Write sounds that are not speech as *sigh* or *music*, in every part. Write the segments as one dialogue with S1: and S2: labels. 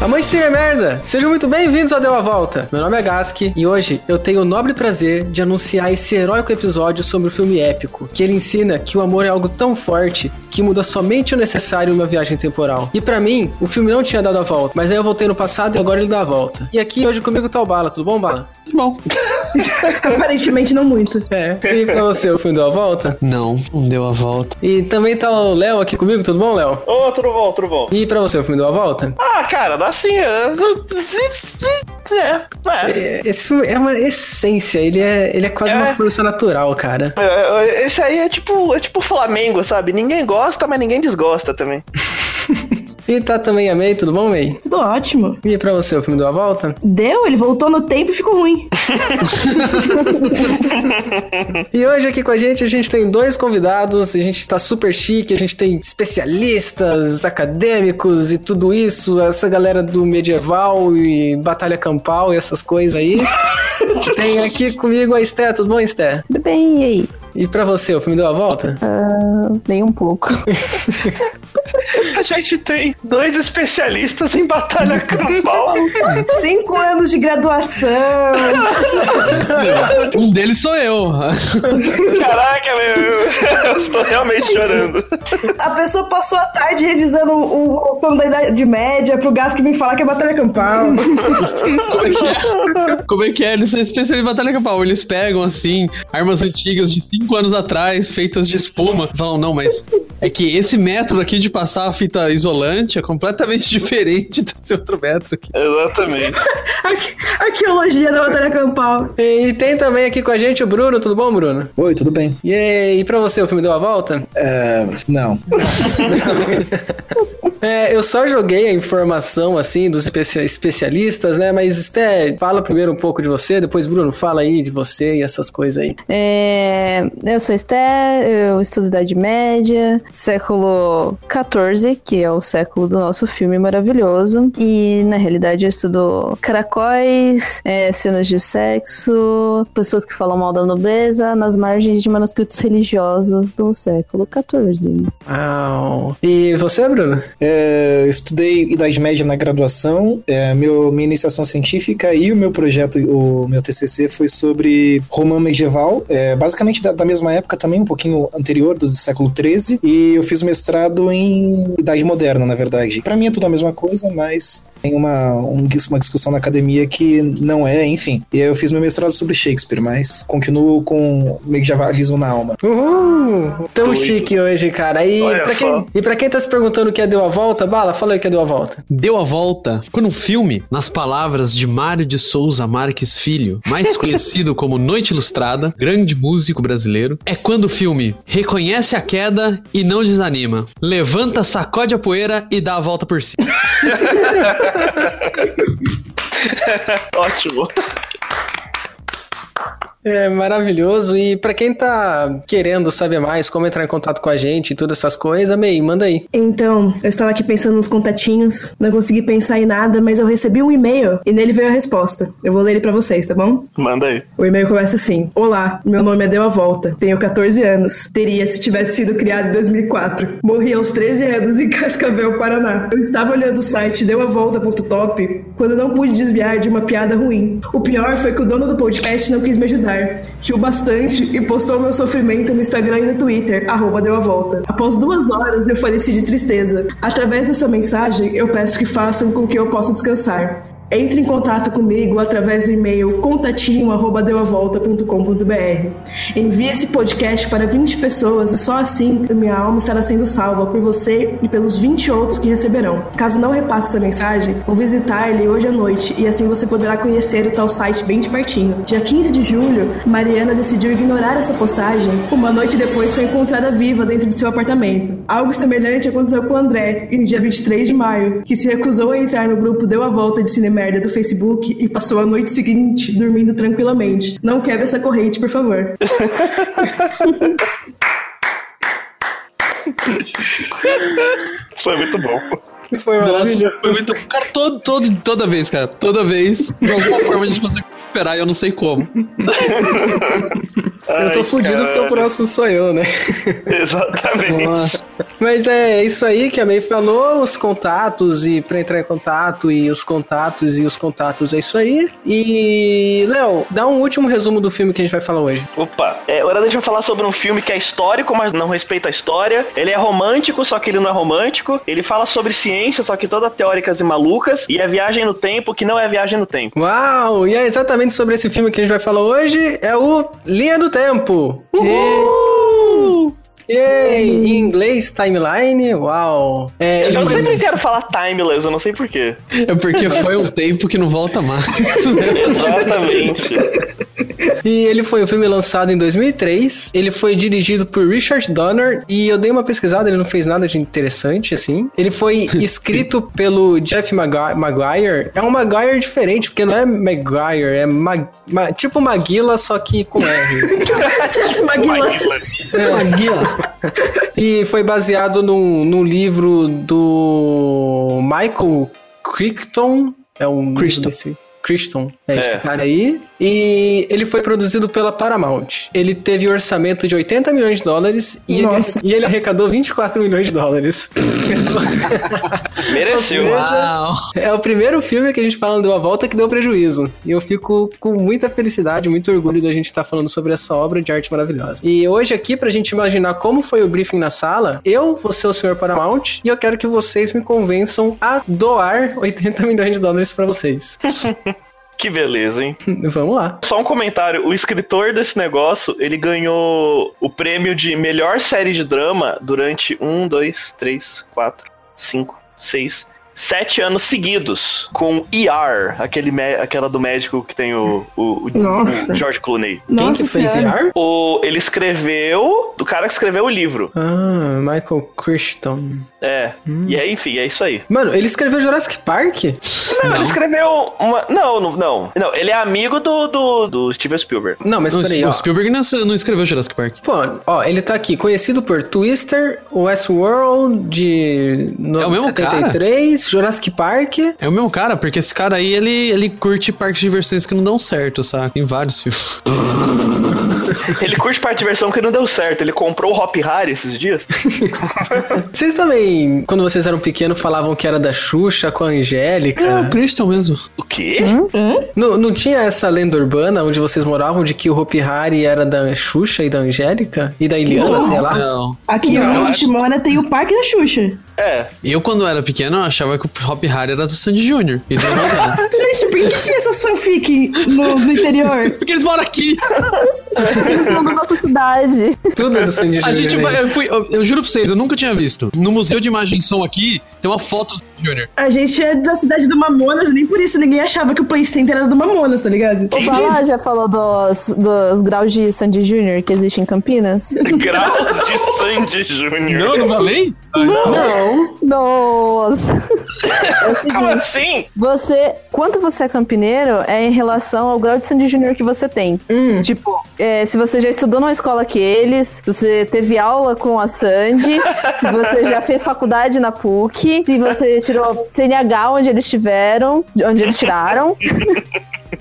S1: Amante de Cine Merda, sejam muito bem-vindos ao Deu a Volta. Meu nome é Gaski e hoje eu tenho o nobre prazer de anunciar esse heróico episódio sobre o filme épico, que ele ensina que o amor é algo tão forte que muda somente o necessário em uma viagem temporal. E pra mim, o filme não tinha dado a volta, mas aí eu voltei no passado e agora ele dá a volta. E aqui hoje comigo tá o Bala, tudo bom, Bala?
S2: Tudo bom.
S3: Aparentemente não muito.
S1: É. E pra você, o filme deu a volta?
S2: Não, não deu a volta.
S1: E também tá o Léo aqui comigo, tudo bom, Léo?
S4: Ô, tudo bom, tudo bom.
S1: E pra você, o filme deu a volta?
S4: Ah, cara, dá assim. é, É, é.
S1: É, Esse filme é uma essência, ele é, ele é quase uma
S4: É.
S1: força natural, cara.
S4: É, Esse aí é tipo, é tipo Flamengo, sabe? Ninguém gosta, mas ninguém desgosta também.
S1: E tá também a May, tudo bom, May?
S3: Tudo ótimo.
S1: E pra você, o filme deu a volta?
S3: Deu, ele voltou no tempo e ficou ruim.
S1: E hoje aqui com a gente, a gente tem dois convidados, a gente tá super chique, a gente tem especialistas, acadêmicos e tudo isso, essa galera do medieval e batalha campal e essas coisas aí. tem aqui comigo a Esté, tudo bom, Esté?
S5: Tudo bem, e aí?
S1: E pra você, o filme deu a volta?
S5: Nem um pouco. *laughs*
S4: A gente tem dois especialistas em batalha campal.
S3: *laughs* Cinco anos de graduação.
S2: *laughs* Um deles sou eu.
S4: Caraca, meu, eu, eu estou realmente chorando.
S3: A pessoa passou a tarde revisando o o filme da Idade Média pro gás que vem falar que é Batalha Campal. *laughs*
S2: Como é que é? Como é que é? Eles são especialistas em batalha campal. Eles pegam, assim, armas antigas de 5 anos atrás, feitas de espuma. Falam, não, mas é que esse método aqui de passar a fita isolante é completamente *laughs* diferente desse outro método aqui.
S4: Exatamente.
S3: Arque- Arqueologia da Batalha Campal.
S1: E tem também aqui com a gente o Bruno, tudo bom, Bruno?
S6: Oi, tudo bem?
S1: E aí, e pra você, o filme deu a volta?
S6: É, não.
S1: É, eu só joguei a informação, assim, dos especia- especialistas, né? Mas, Sté, fala primeiro um pouco de você, depois, Bruno, fala aí de você e essas coisas aí.
S5: É, eu sou Esté, eu estudo Idade Média, século XIV, que é o século do nosso filme maravilhoso. E na realidade eu estudo caracóis, é, cenas de sexo, pessoas que falam mal da nobreza nas margens de manuscritos religiosos do século XIV.
S1: Au. E você, Bruno?
S6: É, eu estudei Idade Média na graduação, é, meu, minha iniciação científica e o meu projeto, o meu TCC, foi sobre Romã medieval, é, basicamente da, da mesma época também, um pouquinho anterior, do século XIII, e eu fiz mestrado em Idade Moderna, na verdade. Pra mim é tudo a mesma coisa, mas tem uma, um dis- uma discussão na academia que não é, enfim. E aí eu fiz meu mestrado sobre Shakespeare, mas continuo com medievalismo na alma.
S1: Uhul! Tão
S4: Doido.
S1: chique hoje, cara. E
S4: Olha
S1: pra,
S4: só.
S1: quem, e pra quem tá se perguntando o que é deu a volta, Bala, fala aí o que é deu a volta.
S2: Deu a volta quando um filme, nas palavras de Mário de Souza Marques Filho, mais conhecido como Noite Ilustrada, grande músico brasileiro, é quando o filme reconhece a queda e não desanima, levanta, sacode a poeira e dá a volta por cima.
S4: Ótimo.
S1: É maravilhoso. E pra quem tá querendo saber mais, como entrar em contato com a gente e todas essas coisas, May, manda aí.
S3: Então, eu estava aqui pensando nos contatinhos, não consegui pensar em nada, mas eu recebi um e-mail e nele veio a resposta. Eu vou ler ele pra vocês, tá bom?
S4: Manda aí.
S3: O e-mail começa assim: Olá, meu nome é Deu a Volta, tenho 14 anos. Teria se tivesse sido criado em 2004. Morri aos 13 anos em *laughs* Cascavel, Paraná. Eu estava olhando o site deuavolta.top quando não pude desviar de uma piada ruim. O pior foi que o dono do podcast não quis me ajudar, riu bastante e postou meu sofrimento no Instagram e no Twitter, arroba Deu a Volta. Após duas horas, eu faleci de tristeza. Através dessa mensagem, eu peço que façam com que eu possa descansar. Entre em contato comigo através do e-mail contatinho@deuavolta.com.br. Envie esse podcast para 20 pessoas e só assim a minha alma estará sendo salva por você e pelos 20 outros que receberão. Caso não repasse essa mensagem, vou visitar ele hoje à noite e assim você poderá conhecer o tal site bem de pertinho. Dia 15 de julho, Mariana decidiu ignorar essa postagem. Uma noite depois foi encontrada viva dentro de seu apartamento. Algo semelhante aconteceu com o André em dia 23 de maio, que se recusou a entrar no grupo Deu a Volta de Cinemerda do Facebook e passou a noite seguinte dormindo tranquilamente. Não quebre essa corrente, por favor.
S4: Foi muito bom.
S1: Foi
S2: Nossa, foi muito. Cara, todo, todo, toda vez, cara. Toda vez. De alguma forma a gente consegue recuperar e eu não sei como.
S1: eu tô
S4: Ai,
S1: fudido porque o
S4: cara.
S1: próximo sou eu, né?
S4: Exatamente.
S2: Nossa,
S1: Mas é isso aí que a May falou, os contatos e pra entrar em contato e os contatos e os contatos, é isso aí. E, Léo, dá um último resumo do filme que a gente vai falar hoje.
S4: Opa, é, agora deixa eu falar sobre um filme que é histórico, mas não respeita a história. Ele é romântico, só que ele não é romântico. Ele fala sobre ciência, só que toda teóricas e malucas. E é viagem no tempo, que não é viagem no tempo.
S1: Uau! E é exatamente sobre esse filme que a gente vai falar hoje, é o Linha do Tempo. Uhul! Yay! Em inglês, timeline, uau! É, ele
S4: Eu
S1: foi-
S4: sempre quero falar timeless, eu não sei porquê.
S2: é porque foi um tempo que não
S1: *laughs*
S2: volta mais.
S4: *laughs* Exatamente.
S1: E ele foi um filme lançado em 2003. Ele foi dirigido por Richard Donner. E eu dei uma pesquisada, ele não fez nada de interessante, assim. Ele foi escrito pelo Jeff Magui- Maguire. É um Maguire diferente, porque não é Maguire, é Ma- Ma- tipo Maguila, só que com R.
S3: Jeff Maguila.
S1: é e foi baseado num, num livro do Michael Crichton. É um.
S2: Crichton.
S1: Christon. Christon, é, esse
S4: É.
S1: cara aí. E ele foi produzido pela Paramount. Ele teve um orçamento de 80 milhões de dólares e, ele,
S3: Nossa.
S1: e ele arrecadou 24 milhões de dólares.
S4: Mereceu.
S2: Uau.
S1: É o primeiro filme que a gente fala deu a volta que deu prejuízo. E eu fico com muita felicidade, muito orgulho da gente estar falando sobre essa obra de arte maravilhosa. E hoje aqui, pra gente imaginar como foi o briefing na sala, eu vou ser o senhor Paramount e eu quero que vocês me convençam a doar *laughs* 80 milhões de dólares pra vocês. *laughs*
S4: Que beleza, hein?
S1: Vamos lá.
S4: Só um comentário. O escritor desse negócio, ele ganhou o prêmio de melhor série de drama durante um, dois, três, quatro, cinco, seis, sete anos seguidos. Com ER, aquele mé- aquela do médico que tem o, o, o-
S3: Nossa.
S4: o George Clooney.
S1: Quem
S3: Nossa
S1: que fez
S3: senhora.
S1: ER?
S4: O, ele escreveu. Do cara que escreveu o livro.
S1: Ah, Michael Crichton.
S4: É. E aí, enfim, é isso aí.
S1: Mano, ele escreveu Jurassic Park?
S4: Não, ele
S2: Não.
S4: escreveu uma. Não, não, não. Não, ele é amigo do, do, do Steven Spielberg.
S1: Não, mas
S2: Não,
S1: peraí,
S2: o
S1: ó.
S2: Spielberg não, não escreveu Jurassic Park.
S1: Pô, ó, ele tá aqui, conhecido por Twister, Westworld de no,
S2: É o mesmo
S1: 73, Jurassic Park.
S2: É o mesmo cara, porque esse cara aí, ele, ele curte parques de diversões que não dão certo, sabe? Tem vários filmes.
S4: Ele curte parte de versão que não deu certo. Ele comprou o Hop Harry esses dias.
S1: Vocês também, quando vocês eram pequenos, falavam que era da Xuxa com a
S2: É o
S1: Angélica.
S2: Christian mesmo.
S4: O quê?
S3: Hum?
S1: Não, não tinha essa lenda urbana onde vocês moravam de que o Hopi Hari era da Xuxa e da Angélica? E da Iliana,
S3: Não.
S1: sei lá?
S2: Não.
S3: Aqui
S4: Não,
S3: onde a gente mora tem o Parque da Xuxa.
S4: É,
S2: Eu, quando era pequeno, eu achava que o Hop Harry era do Sandy Jr. E do Ronaldo.
S3: Gente, por que que tinha essas fanfic no, no interior?
S2: *laughs* Porque eles moram aqui.
S5: Não da Então, nossa cidade.
S1: Tudo é do Sandy
S2: A gente
S1: Júnior,
S2: vai-
S1: né?
S2: eu, fui- eu- eu juro pra vocês, eu nunca tinha visto. No Museu de Imagem e Som aqui, tem uma foto do Sandy Jr.
S3: A gente é da cidade do Mamonas, nem por isso ninguém achava que o Play Center era do Mamonas, tá ligado?
S5: O *laughs* Balá já falou dos, dos graus de Sandy Júnior que existe em Campinas?
S4: Graus de Sandy Júnior.
S2: Não, não falei?
S1: Não.
S5: Nossa! É o
S4: Como
S5: seguinte,
S4: assim?
S5: você. Quanto você é campineiro é em relação ao grau de Sandy Júnior que você tem.
S3: Hum.
S5: Tipo, é, se você já estudou numa escola que eles, se você teve aula com a Sandy, se você já fez faculdade na PUC, se você tirou CNH onde eles tiveram, onde eles tiraram.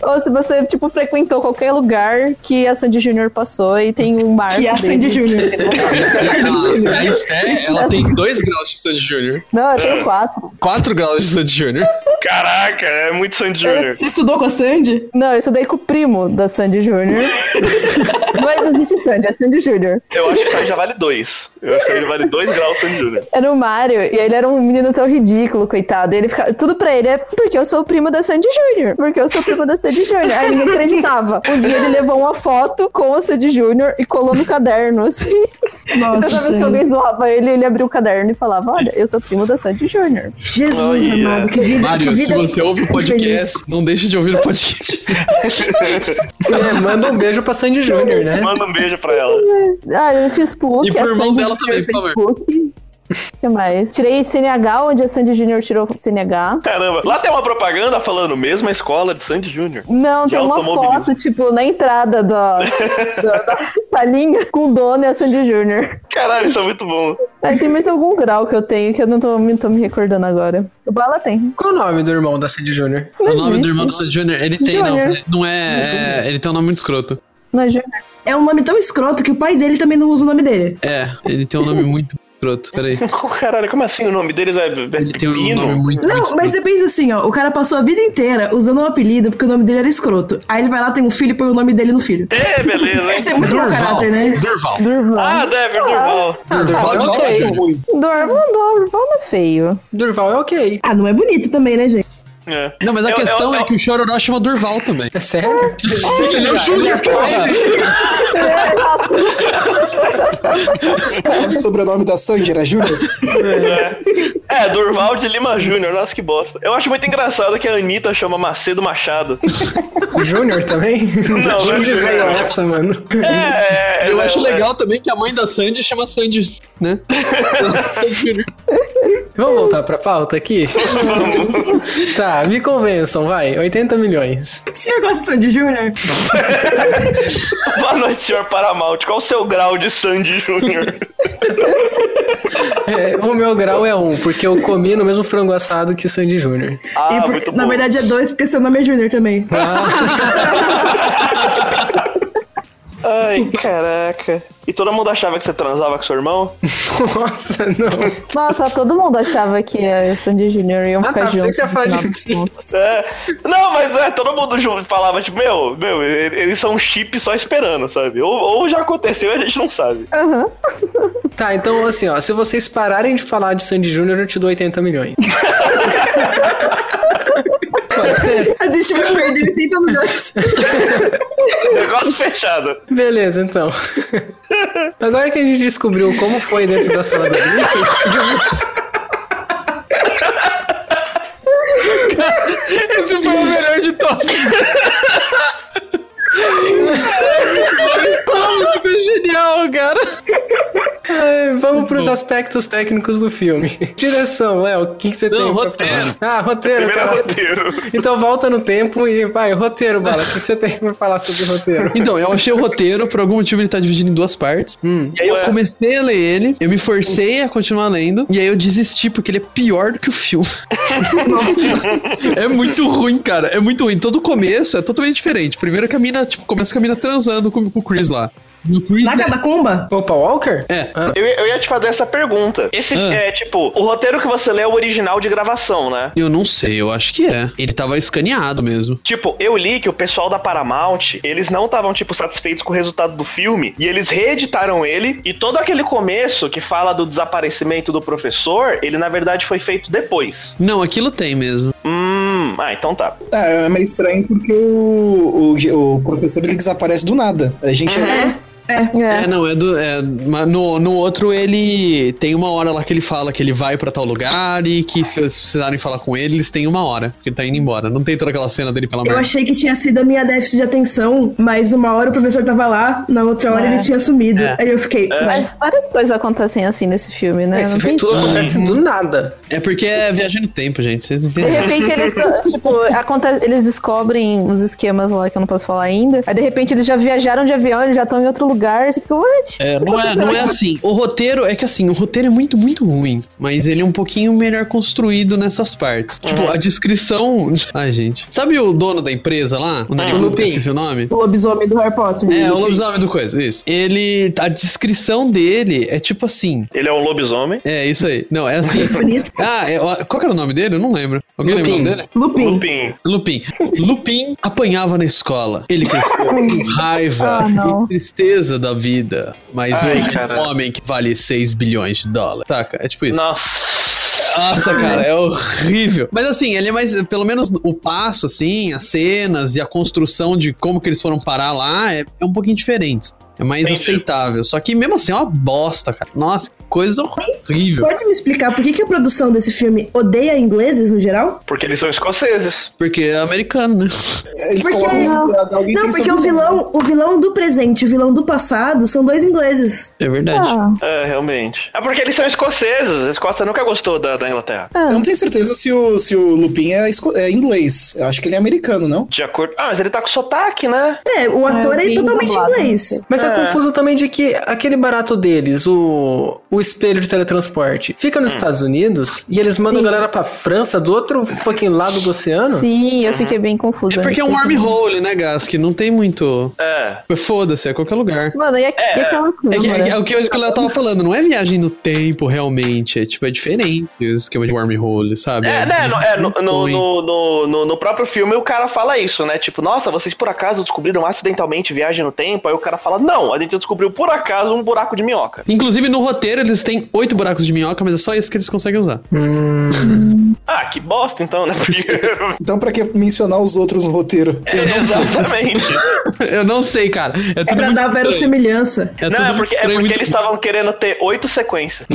S5: Ou se você, tipo, frequentou qualquer lugar que a Sandy Júnior passou e tem um marco.
S3: Que é a Sandy
S5: deles.
S3: Júnior.
S2: A Esté, É, ela tem dois graus de Sandy Jr.
S5: Não, eu tenho quatro.
S2: Quatro graus de Sandy Jr.
S4: Caraca, é muito Sandy Júnior.
S3: Você estudou com a Sandy?
S5: Não, eu estudei com o primo da Sandy Júnior. Mas não existe Sandy, é Sandy Júnior.
S4: Eu acho que isso aí já vale dois. Eu acho que isso aí vale dois graus de Sandy Júnior.
S5: Era o Mário, e ele era um menino tão ridículo, coitado. E ele ficava... Tudo pra ele é porque eu sou o primo da Sandy Júnior. Porque eu sou o primo da Sandy Júnior. Aí ninguém acreditava. Um dia ele levou uma foto com a Sandy Júnior e colou no caderno, assim.
S3: Nossa,
S5: Toda vez que
S3: Sandy.
S5: alguém zoava ele, ele abriu o caderno e falava, olha, eu sou primo da Sandy Júnior.
S3: Jesus
S4: Olha.
S3: amado, que vida. que
S2: Mário, se
S3: vida
S2: você ouve o
S3: feliz.
S2: podcast, não deixe de ouvir o podcast.
S1: É, manda um beijo pra Sandy Júnior, né?
S4: Manda um beijo pra ela.
S5: Ah, eu fiz PUC.
S2: E pro
S5: a
S2: irmão
S5: Sandy
S2: dela
S5: Júnior
S2: também, por
S5: fez PUC. O que mais? Tirei CNH, onde a Sandy Júnior tirou CNH.
S4: Caramba, lá tem uma propaganda falando mesma escola de Sandy Júnior.
S5: Não,
S4: De
S5: tem uma
S4: automobilismo.
S5: foto, tipo, na entrada da, da, da salinha com o dono e a Sandy Júnior.
S4: Caralho, isso é muito bom.
S5: Aí tem mais algum grau que eu tenho que eu não tô, me- tô me recordando agora. O Bala tem.
S1: Qual o nome do irmão da Sandy Júnior?
S5: Não
S2: É o nome
S5: existe.
S2: do irmão do né? Sandy Jr., ele tem, não.
S5: Júnior.
S2: Não é, é- Ele tem um nome muito escroto.
S5: Não é Gilberto.
S3: É um nome tão escroto que o pai dele também não usa o nome dele.
S2: É, ele tem um nome muito escroto. Peraí.
S4: Caralho, como assim o nome deles é
S2: Ele tem um
S4: Pepino?
S2: nome muito
S3: Não, mas você pensa assim, ó. O cara passou a vida inteira usando um apelido porque o nome dele era escroto. Aí ele vai lá, tem um filho e põe o nome dele no filho.
S4: É, beleza. hein?
S3: Esse é muito mau
S2: Durval.
S3: caráter, né?
S2: Durval.
S5: Durval.
S4: Ah, Dever Durval.
S1: Durval é
S2: Durval é
S1: ok.
S2: ótimo.
S6: ruim.
S2: Hum.
S5: Durval, Durval não é feio.
S1: Durval é ok.
S3: Ah, não é bonito também, né, gente?
S4: É.
S2: Não, mas a
S4: Eu-
S2: questão
S4: eu-
S2: é que o Chororó chama Durval também.
S1: É sério?
S2: *laughs* Ele é o Júlio, porra.
S6: Sabe o sobrenome da Sandy né, era Júlia?
S4: É, é, Durval de Lima Júnior, nossa que bosta. Eu acho muito engraçado que a Anitta chama Macedo Machado.
S1: Júnior também?
S4: Não,
S1: De
S4: não é
S1: onde
S4: Júnior,
S1: veio
S4: não.
S1: essa, mano?
S4: É, é,
S2: Eu
S4: é,
S2: acho
S4: é.
S2: legal também que a mãe da Sandy chama Sandy, né?
S1: Vamos voltar pra pauta aqui? *laughs* tá, me convençam, vai. 80 milhões.
S3: O senhor gosta de Júnior?
S4: Boa noite, senhor Paramount. Qual o seu grau de Sandy Júnior?
S1: É, o meu grau é um, porque eu comi no mesmo frango assado que Sandy Júnior.
S4: Ah,
S3: *laughs* E por-
S4: muito bom.
S3: na verdade é dois, porque seu nome é Júnior também.
S4: Ai, caraca. E todo mundo achava que você transava com seu irmão?
S1: *laughs* Nossa, não.
S5: Nossa, todo mundo achava que a Sandy Júnior ia
S1: Ah,
S5: ficar
S1: tá,
S5: junto.
S1: você que ia falar
S5: no
S1: de
S5: final das contas.
S4: É. Não, mas é, todo mundo junto falava, tipo, meu, meu, ele- eles são um chip só esperando, sabe? Ou, ou já aconteceu e a gente não sabe.
S1: Tá, então assim, ó, se vocês pararem de falar de Sandy Júnior, eu te dou 80 *laughs* milhões. Pode ser?
S3: A gente vai perder 80 milhões. É.
S4: Negócio fechado.
S1: Beleza, então. *laughs* Agora que a gente descobriu como foi dentro da sala do Griffin,
S2: Esse foi o melhor de *laughs* todos. Como que genial, cara.
S1: é, vamos pros aspectos técnicos do filme. Direção, Léo, o que, que você
S2: Não,
S1: tem
S2: roteiro.
S1: pra falar? Ah, roteiro,
S4: Primeiro
S1: cara.
S4: roteiro.
S1: Então volta no tempo e vai, roteiro, Bala. O que que você tem pra falar sobre o roteiro?
S2: Então, eu achei o roteiro, por algum motivo ele tá dividido em duas partes. E aí eu
S4: Ué.
S2: comecei a ler ele, eu me forcei a continuar lendo, e aí eu desisti, porque ele é pior do que o filme. *laughs* é muito ruim, cara. É muito ruim. Todo o começo é totalmente diferente. Primeiro que a mina, tipo, começa com a mina transando com, com o Chris lá. E o Chris.
S3: Na catacumba?
S1: Opa, Walker?
S2: É.
S1: Ah,
S4: Eu, eu ia te fazer essa pergunta. Esse
S2: Ah.
S4: é tipo, o roteiro que você lê é o original de gravação, né?
S2: Eu não sei, eu acho que é. Ele tava escaneado mesmo.
S4: Tipo, eu li que o pessoal da Paramount, eles não estavam, tipo, satisfeitos com o resultado do filme, e eles reeditaram ele, e todo aquele começo que fala do desaparecimento do professor, ele na verdade foi feito depois.
S2: Não, aquilo tem mesmo.
S4: Hum, ah, então tá.
S6: Ah, é meio estranho porque o, o, o professor ele desaparece do nada. A gente
S2: É,
S5: É.
S2: não, é do. É, mas no, no outro ele tem uma hora lá que ele fala que ele vai pra tal lugar e que se eles precisarem falar com ele, eles têm uma hora, porque ele tá indo embora. Não tem toda aquela cena dele pela
S3: Eu
S2: merda.
S3: achei que tinha sido a minha déficit de atenção, mas numa hora o professor tava lá, na outra hora
S5: É.
S3: ele tinha sumido.
S2: É.
S3: Aí eu fiquei. ué.
S5: Mas várias coisas acontecem assim nesse filme, né?
S1: É, Esse
S5: não
S1: filme
S5: tem
S1: tudo acontece
S4: Uhum.
S1: do nada.
S2: É porque é viagem no tempo, gente. Vocês não
S5: De
S2: entendem.
S5: repente eles, tipo, acontece, eles descobrem uns esquemas lá que eu não posso falar ainda. Aí de repente eles já viajaram de avião, eles já estão em outro lugar. Você fica, what?
S2: É,
S5: O que
S2: não, é,
S5: aconteceu
S2: não é
S5: aqui?"
S2: assim. O roteiro é que assim, o roteiro é muito, muito ruim. Mas ele é um pouquinho melhor construído nessas partes. Tipo, a descrição. Ai, gente. Sabe o dono da empresa lá? O Nariz
S1: Lupin.
S2: esqueci o nome?
S3: O lobisomem do Harry Potter.
S2: É, o lobisomem do coisa, isso. Ele. A descrição dele é tipo assim.
S4: Ele é um lobisomem.
S2: É, isso aí. Não, é
S5: *laughs*
S2: assim.
S3: Bonito.
S2: ah, é, ó, qual que era o nome dele? Eu não lembro. Alguém lembra o
S1: Lupin.
S2: nome dele?
S3: Lupin.
S4: Lupin.
S2: Lupin. Lupin apanhava na escola. Ele
S5: *laughs*
S2: cresceu com raiva
S5: Ah, não.
S2: e tristeza da vida. Mas
S4: Ai,
S2: hoje é
S4: cara.
S2: um homem que vale 6 bilhões de dólares. Saca? É tipo isso.
S4: Nossa.
S2: Nossa, cara, é horrível. Mas assim, ele é mais. Pelo menos o passo, assim, as cenas e a construção de como que eles foram parar lá é, é um pouquinho diferente. É mais
S4: Entendi.
S2: aceitável. Só que mesmo assim é uma bosta, cara. Nossa, que coisa horrível.
S3: Pode me explicar por que, que a produção desse filme odeia ingleses no geral?
S4: Porque eles são escoceses.
S2: Porque é americano, né?
S6: eles
S3: Porque-
S6: colocam os- alguém
S3: Não,
S6: tem
S3: porque o
S6: sobrenome.
S3: vilão, o vilão do presente e o vilão do passado são dois ingleses.
S2: É verdade.
S5: Ah,
S4: É, realmente. É porque eles são escoceses. A Escócia nunca gostou da, da Inglaterra.
S6: Eu não tenho certeza se o, se o Lupin é, esco- é inglês. Eu acho que ele é americano, não?
S4: De acordo. Ah, mas ele tá com sotaque, né?
S3: É, o ator é,
S5: bem
S3: totalmente
S5: dublado,
S3: inglês.
S1: Mas é confuso também de que aquele barato deles, o, o espelho de teletransporte, fica
S4: Hum.
S1: nos Estados Unidos e eles mandam
S5: Sim.
S1: a galera pra França do outro fucking lado do oceano?
S5: Sim, eu fiquei bem confusa.
S2: É porque é um
S5: nesse tempo.
S2: wormhole, né, Gas? Que não tem muito.
S4: É.
S2: Foda-se, é qualquer lugar.
S5: Mano, e, a- e aquela
S2: É,
S5: câmera?
S2: que, é, que- é o que eu- que eu tava falando, não é viagem no tempo realmente. É tipo, é diferente o esquema de wormhole, sabe?
S4: É, né? No, é, no, no,
S2: põe.
S4: no, no- no- no próprio filme o cara fala isso, né? Tipo, nossa, vocês por acaso descobriram acidentalmente viagem no tempo? Aí o cara fala, não, a gente descobriu por acaso um buraco de minhoca.
S2: Inclusive, no roteiro eles têm oito buracos de minhoca, mas é só isso que eles conseguem usar. *laughs*
S4: Ah, que bosta então, né? *laughs* Porque-
S6: Então, pra que mencionar os outros no roteiro?
S4: Exatamente.
S2: Eu não sei, cara. É
S3: É
S2: tudo
S3: pra
S2: muito
S3: dar
S2: estranho.
S3: verossimilhança.
S2: É tudo
S4: Não, é
S2: muito
S4: porque, é
S2: estranho,
S4: porque
S2: muito-
S4: eles estavam querendo ter oito sequências.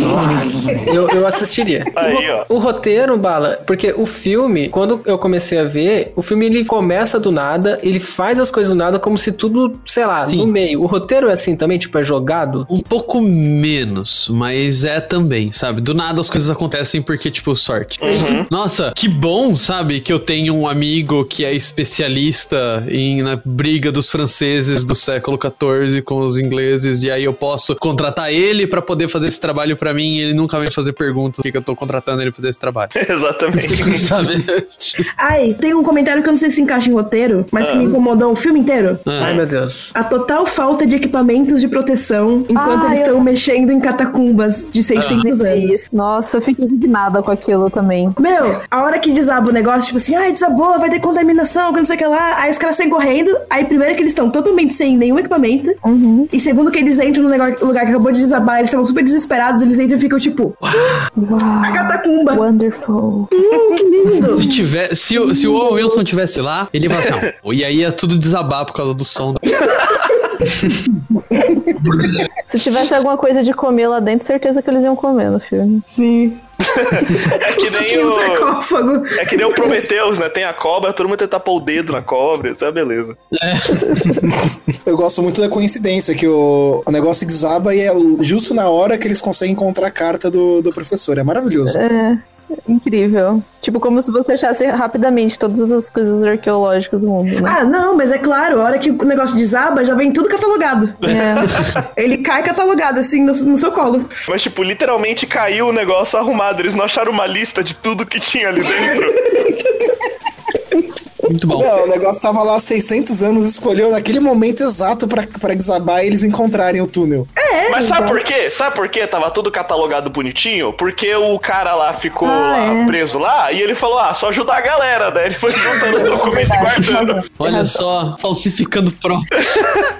S1: Eu, eu assistiria.
S4: *laughs* Aí, ó.
S1: O roteiro, Bala, porque o filme, quando eu comecei a ver, o filme ele começa do nada, ele faz as coisas do nada como se tudo, sei lá,
S2: Sim.
S1: no meio. O roteiro é assim também, tipo, é jogado.
S2: Um pouco menos, mas é também, sabe? Do nada as coisas acontecem porque, tipo, sorte. Nossa, que bom, sabe? Que eu tenho um amigo que é especialista em, na briga dos franceses do século XIV com os ingleses, e aí eu posso contratar ele pra poder fazer esse trabalho pra mim e ele nunca vai fazer perguntas por que que eu tô contratando ele pra fazer esse trabalho.
S4: Exatamente.
S2: sabe?
S3: Ai, tem um comentário que eu não sei se encaixa em roteiro, mas que me incomodou o filme inteiro.
S4: É.
S2: Ah,
S1: Ai, meu Deus.
S3: A total falta de equipamentos de proteção enquanto
S5: Ah,
S3: eles
S5: eu-
S3: estão mexendo em catacumbas de 600
S5: É
S3: anos.
S5: isso. Nossa, eu fiquei indignada com aquilo também.
S3: Meu, a hora que desaba o negócio, tipo assim, ai, desabou, vai ter contaminação, que não sei o que lá. Aí os caras saem correndo. Aí, primeiro, que eles estão totalmente sem nenhum equipimento.
S5: Uhum.
S3: E segundo, que eles entram no negócio- lugar que acabou de desabar, eles estavam super desesperados. Eles entram e ficam tipo, a
S5: Uau.
S3: catacumba.
S5: Wonderful.
S2: Se, tiver, se, o- se o Owen Wilson tivesse lá, ele ia falar assim, "Ah, e aí ia tudo desabar por causa do som.
S5: Se tivesse alguma coisa de comer lá dentro, certeza que eles iam comer no filme.
S3: *laughs* Sim.
S4: É
S3: Que
S4: que nem
S3: o
S4: o.
S3: sarcófago.
S4: É que nem o Prometheus, né? Tem a cobra, todo mundo tenta tapar o dedo na cobra, isso é beleza.
S6: Eu gosto muito da coincidência, que o, o negócio desaba e é justo na hora que eles conseguem encontrar a carta do, do professor. É maravilhoso.
S5: Incrível. Tipo, como se você achasse rapidamente todas as coisas arqueológicas do mundo, né?
S3: Ah, não, mas é claro, a hora que o negócio desaba, já vem tudo catalogado.
S5: É.
S3: Ele cai catalogado, assim, no, no seu colo.
S4: Mas, tipo, literalmente caiu o negócio arrumado. Eles não acharam uma lista de tudo que tinha ali dentro.
S2: Muito bom.
S6: Não, o negócio tava lá há 600 anos, escolheu naquele momento exato pra- pra desabar e eles encontrarem o túnel.
S4: Mas sabe por quê? Sabe por quê? Tava tudo catalogado bonitinho? Porque o cara lá ficou
S5: Ah,
S4: lá,
S5: é.
S4: preso lá e ele falou: ah, só ajudar a galera, né? Ele foi juntando os documentos e guardando.
S2: Olha só, falsificando prova.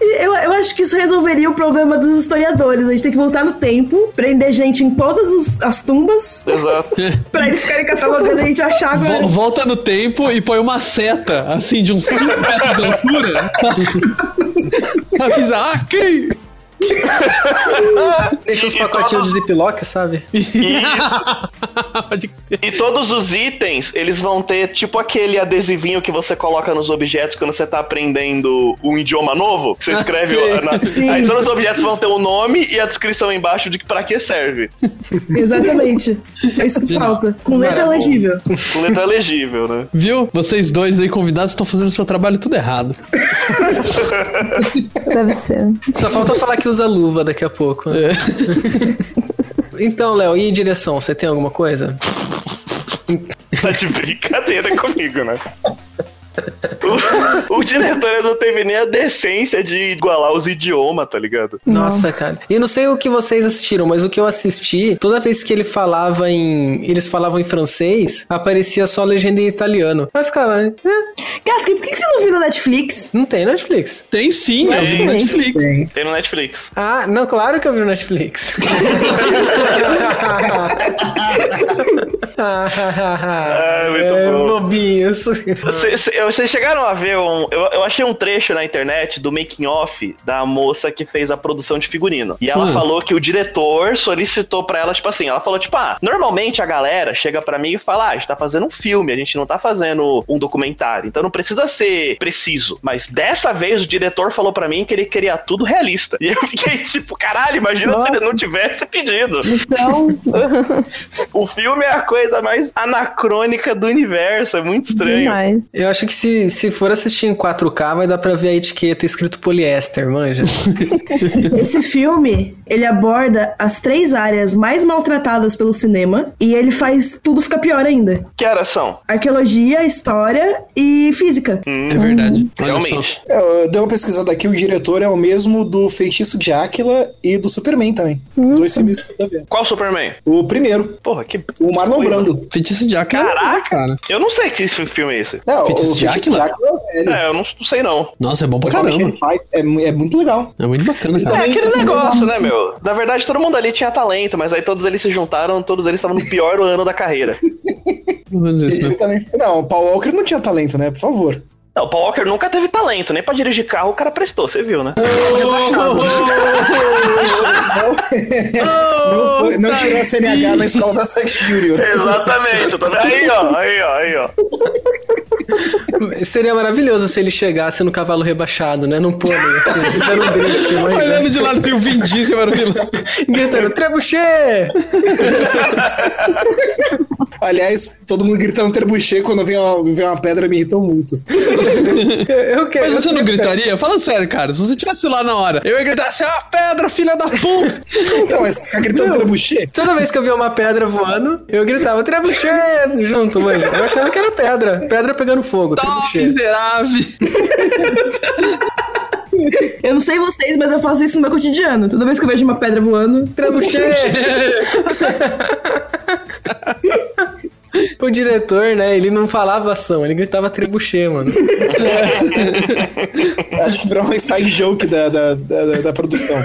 S3: E Eu, eu acho que isso resolveria o problema dos historiadores. A gente tem que voltar no tempo, prender gente em todas os- as tumbas,
S4: Exato.
S3: pra eles ficarem catalogando e a gente achar
S2: Vol-
S3: agora.
S2: Volta no tempo e põe uma seta, assim, de uns 5 metros de altura. *laughs* Avisa, ah, quem?
S1: Deixa os
S4: E- e
S1: pacotinhos
S4: todos-
S1: de ziplock,
S4: *laughs*
S1: sabe?
S2: *laughs* Pode crer.
S4: E todos os itens, eles vão ter tipo aquele adesivinho que você coloca nos objetos quando você tá aprendendo um idioma novo. que Você
S2: Ah,
S4: escreve.
S2: sim.
S4: na-
S3: Sim.
S4: Aí todos os objetos vão ter o nome e a descrição embaixo de pra que serve.
S3: Exatamente. É isso que falta. Com letra legível.
S4: Com letra legível, né?
S2: Viu? Vocês dois aí convidados estão fazendo seu trabalho tudo errado.
S5: É, Deve ser.
S1: Só falta falar que usa luva daqui a pouco.
S4: É.
S1: né? *laughs* Então, Léo, e em direção, você tem alguma coisa?
S4: Tá de brincadeira comigo, né? O, o diretor não teve nem a decência de igualar os idiomas, tá ligado?
S1: Nossa, cara. E eu não sei o que vocês assistiram, mas o que eu assisti, toda vez que ele falava em. Eles falavam em francês, aparecia só legenda em italiano. Aí eu ficava, "Eh,
S3: Gaskin, por que que você não viu no Netflix?
S1: não tem Netflix.
S2: Tem sim, é um eu vi no
S5: Tem.
S2: Netflix.
S4: Tem no Netflix.
S1: Ah, não, claro que eu vi no Netflix.
S4: *laughs*
S1: *laughs*
S4: Ah, muito
S1: é,
S4: bom.
S1: bobinhos.
S4: Cê- cê- eu- Vocês chegaram a ver um. Eu, eu achei um trecho na internet do making off da moça que fez a produção de figurino. E ela
S2: Hum.
S4: falou que o diretor solicitou pra ela, tipo assim, ela falou, tipo, ah, normalmente a galera chega pra mim e fala, ah, a gente tá fazendo um filme, a gente não tá fazendo um documentário. Então não precisa ser preciso. Mas dessa vez o diretor falou pra mim que ele queria tudo realista. E eu fiquei, *laughs* tipo, caralho, imagina se ele não tivesse pedido.
S5: Então,
S4: O filme é a coi- coisa mais anacrônica do universo. É muito estranho.
S5: *laughs* Demais.
S1: Eu acho que se, se for assistir em 4K, vai dar pra ver a etiqueta escrito poliéster, manja. *laughs*
S3: Esse filme, ele aborda as três áreas mais maltratadas pelo cinema e ele faz tudo ficar pior ainda.
S4: Que horas são?
S3: Arqueologia, história e física.
S2: É verdade. Olha só.
S4: Realmente.
S6: É, Eu dei uma pesquisada aqui, o diretor é o mesmo do Feitiço de Áquila e do Superman também. Dois filmes que eu tô vendo.
S4: Qual Superman?
S6: O primeiro,
S4: Porra, que.
S6: o Marlon
S4: Foi.
S6: Brando.
S2: Feitiço de Acre.
S4: Caraca.
S2: cara.
S4: Eu não sei que filme é esse.
S6: Não,
S2: Feitiço
S6: o
S2: de
S6: Feitiço de
S2: Áquila?
S6: Áquila é velho.
S4: É, eu não, não sei não.
S2: Nossa, é bom pra
S6: O Robert
S2: caramba.
S6: Shelley é mu- é muito legal.
S2: É muito bacana,
S6: Então,
S4: É
S2: cara.
S6: Também-
S4: aquele
S6: também
S4: negócio, né, meu? Na verdade, todo mundo ali tinha talento, mas aí todos eles se juntaram, todos eles estavam no pior *laughs* ano da carreira.
S2: Pelo menos isso
S6: Ele
S2: mesmo.
S6: também... Não, o Paul Walker não tinha talento, né? Por favor.
S4: Não, o Paul Walker nunca teve talento, nem pra dirigir carro o cara prestou, você viu, né?
S6: não foi- não tirou a CNH na escola da Sex Junior.
S4: Exatamente, tá vendo? Aí, ó, aí, ó, aí, ó.
S1: Seria maravilhoso se ele chegasse no cavalo rebaixado, né? Num pônei, assim, dando um drift, manja.
S2: *laughs* Olhando de lado tem o Vin Diesel, era o vilão.
S1: Gritando, trebuchê!
S6: Aliás, todo mundo gritando trebuchê quando vem uma, vem uma pedra me irritou muito.
S1: Eu
S2: Mas
S1: quero...
S2: você não gritaria? Fala sério, cara. Se você tivesse lá na hora, eu ia gritar assim, ah, pedra, filha da *laughs* puta!
S6: Então, mas ficar gritando
S1: Não.
S6: trebuchê?
S1: Toda vez que eu via uma pedra voando, eu gritava, trebuchê! Junto, manja. Eu achava que era pedra. Pedra pegando fogo,
S2: Tá,
S1: trebuchê.
S2: *laughs* miserável!
S3: Eu não sei vocês, mas eu faço isso no meu cotidiano. Toda vez que eu vejo uma pedra voando,
S1: Trebuchê! O diretor, né, ele não falava ação, ele gritava trebuchê, mano.
S6: Acho que virou um inside joke da, da, da, da- da produção.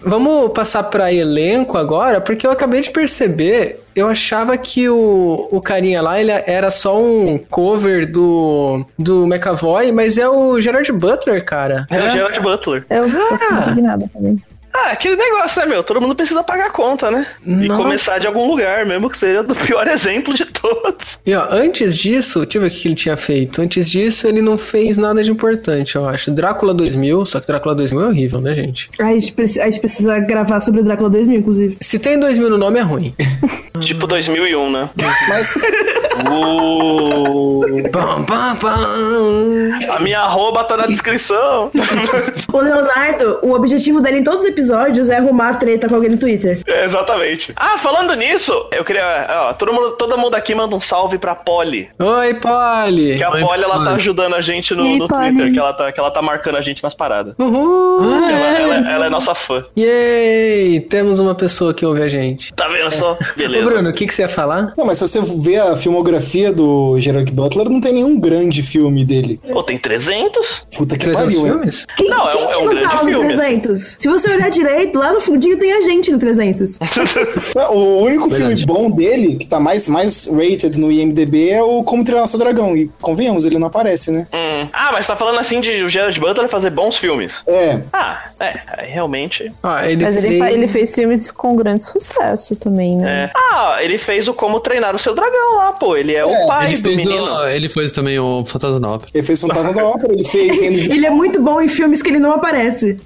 S1: Vamos passar pra elenco agora, porque eu acabei de perceber, eu achava que o, o carinha lá ele era só um cover do, do McAvoy, mas é o Gerard Butler, cara.
S4: É o Gerard Butler.
S5: Eu fico indignada também.
S4: Ah, aquele negócio, né, meu? Todo mundo precisa pagar a conta, né? E
S1: Nossa.
S4: começar de algum lugar, mesmo que seja do pior *laughs* exemplo de todos.
S1: E ó, antes disso, deixa eu ver o que ele tinha feito. Antes disso, ele não fez nada de importante, eu acho. Drácula 2000, só que Drácula 2000 é horrível, né, gente?
S3: a gente, preci- a gente precisa gravar sobre o Drácula 2000, inclusive.
S1: Se tem 2000 no nome, é ruim.
S4: *laughs* Tipo 2001, né?
S6: Mas
S4: Uou.
S1: Pam, pam, pam.
S4: A minha arroba tá
S2: *laughs*
S4: na descrição.
S3: O Leonardo, o objetivo dele em todos os episódios é arrumar treta com alguém no Twitter.
S4: É, exatamente. Ah, falando nisso, eu queria. Ó, todo, mundo, todo mundo aqui manda um salve pra Polly.
S1: Oi, Polly!
S4: Que a
S2: Oi,
S4: Polly, ela tá
S2: Polly.
S4: ajudando a gente no,
S5: E aí,
S4: no
S5: Polly?
S4: Twitter, que ela, tá, que ela tá marcando a gente nas paradas.
S1: Uhul!
S4: Ela, ela- ela é nossa fã.
S1: Yay! Temos uma pessoa que ouve a gente.
S4: Tá vendo só?
S2: É.
S1: Ô,
S4: Beleza.
S1: Bruno, o que, que você ia falar?
S6: Não, mas se você ver a filmografia do Gerard Butler, não tem nenhum grande filme dele.
S4: Ô, tem 300?
S6: Puta que
S1: 300
S6: pariu, hein?
S1: filmes?
S3: Quem,
S4: Não, é
S3: quem
S4: um-
S3: que
S4: é um
S3: não
S4: grande
S3: tava no
S4: filme.
S3: 300? Se você olhar direito, lá no fundinho tem a gente no 300.
S6: Não, O único filme bom dele, que tá mais, mais rated no IMDB, é o Como Treinar Seu Dragão. E convenhamos, ele não aparece, né?
S4: Hum. Ah, mas tá falando assim de o Gerard Butler fazer bons filmes.
S6: É,
S4: Ah, é, é, realmente.
S1: Ó, ele
S5: Mas ele,
S1: fez...
S5: fa- ele fez filmes com grande sucesso também, né?
S4: é. Ah, ele fez o Como Treinar o Seu Dragão lá, pô. Ele é, o
S6: É,
S4: pai
S2: Ele
S4: do
S2: fez,
S4: menino.
S2: o, ele fez também o Fantasma da Ópera.
S6: ele fez Fantasma da Ópera, ele fez Reino de...
S3: Ele é muito bom em filmes que ele não aparece.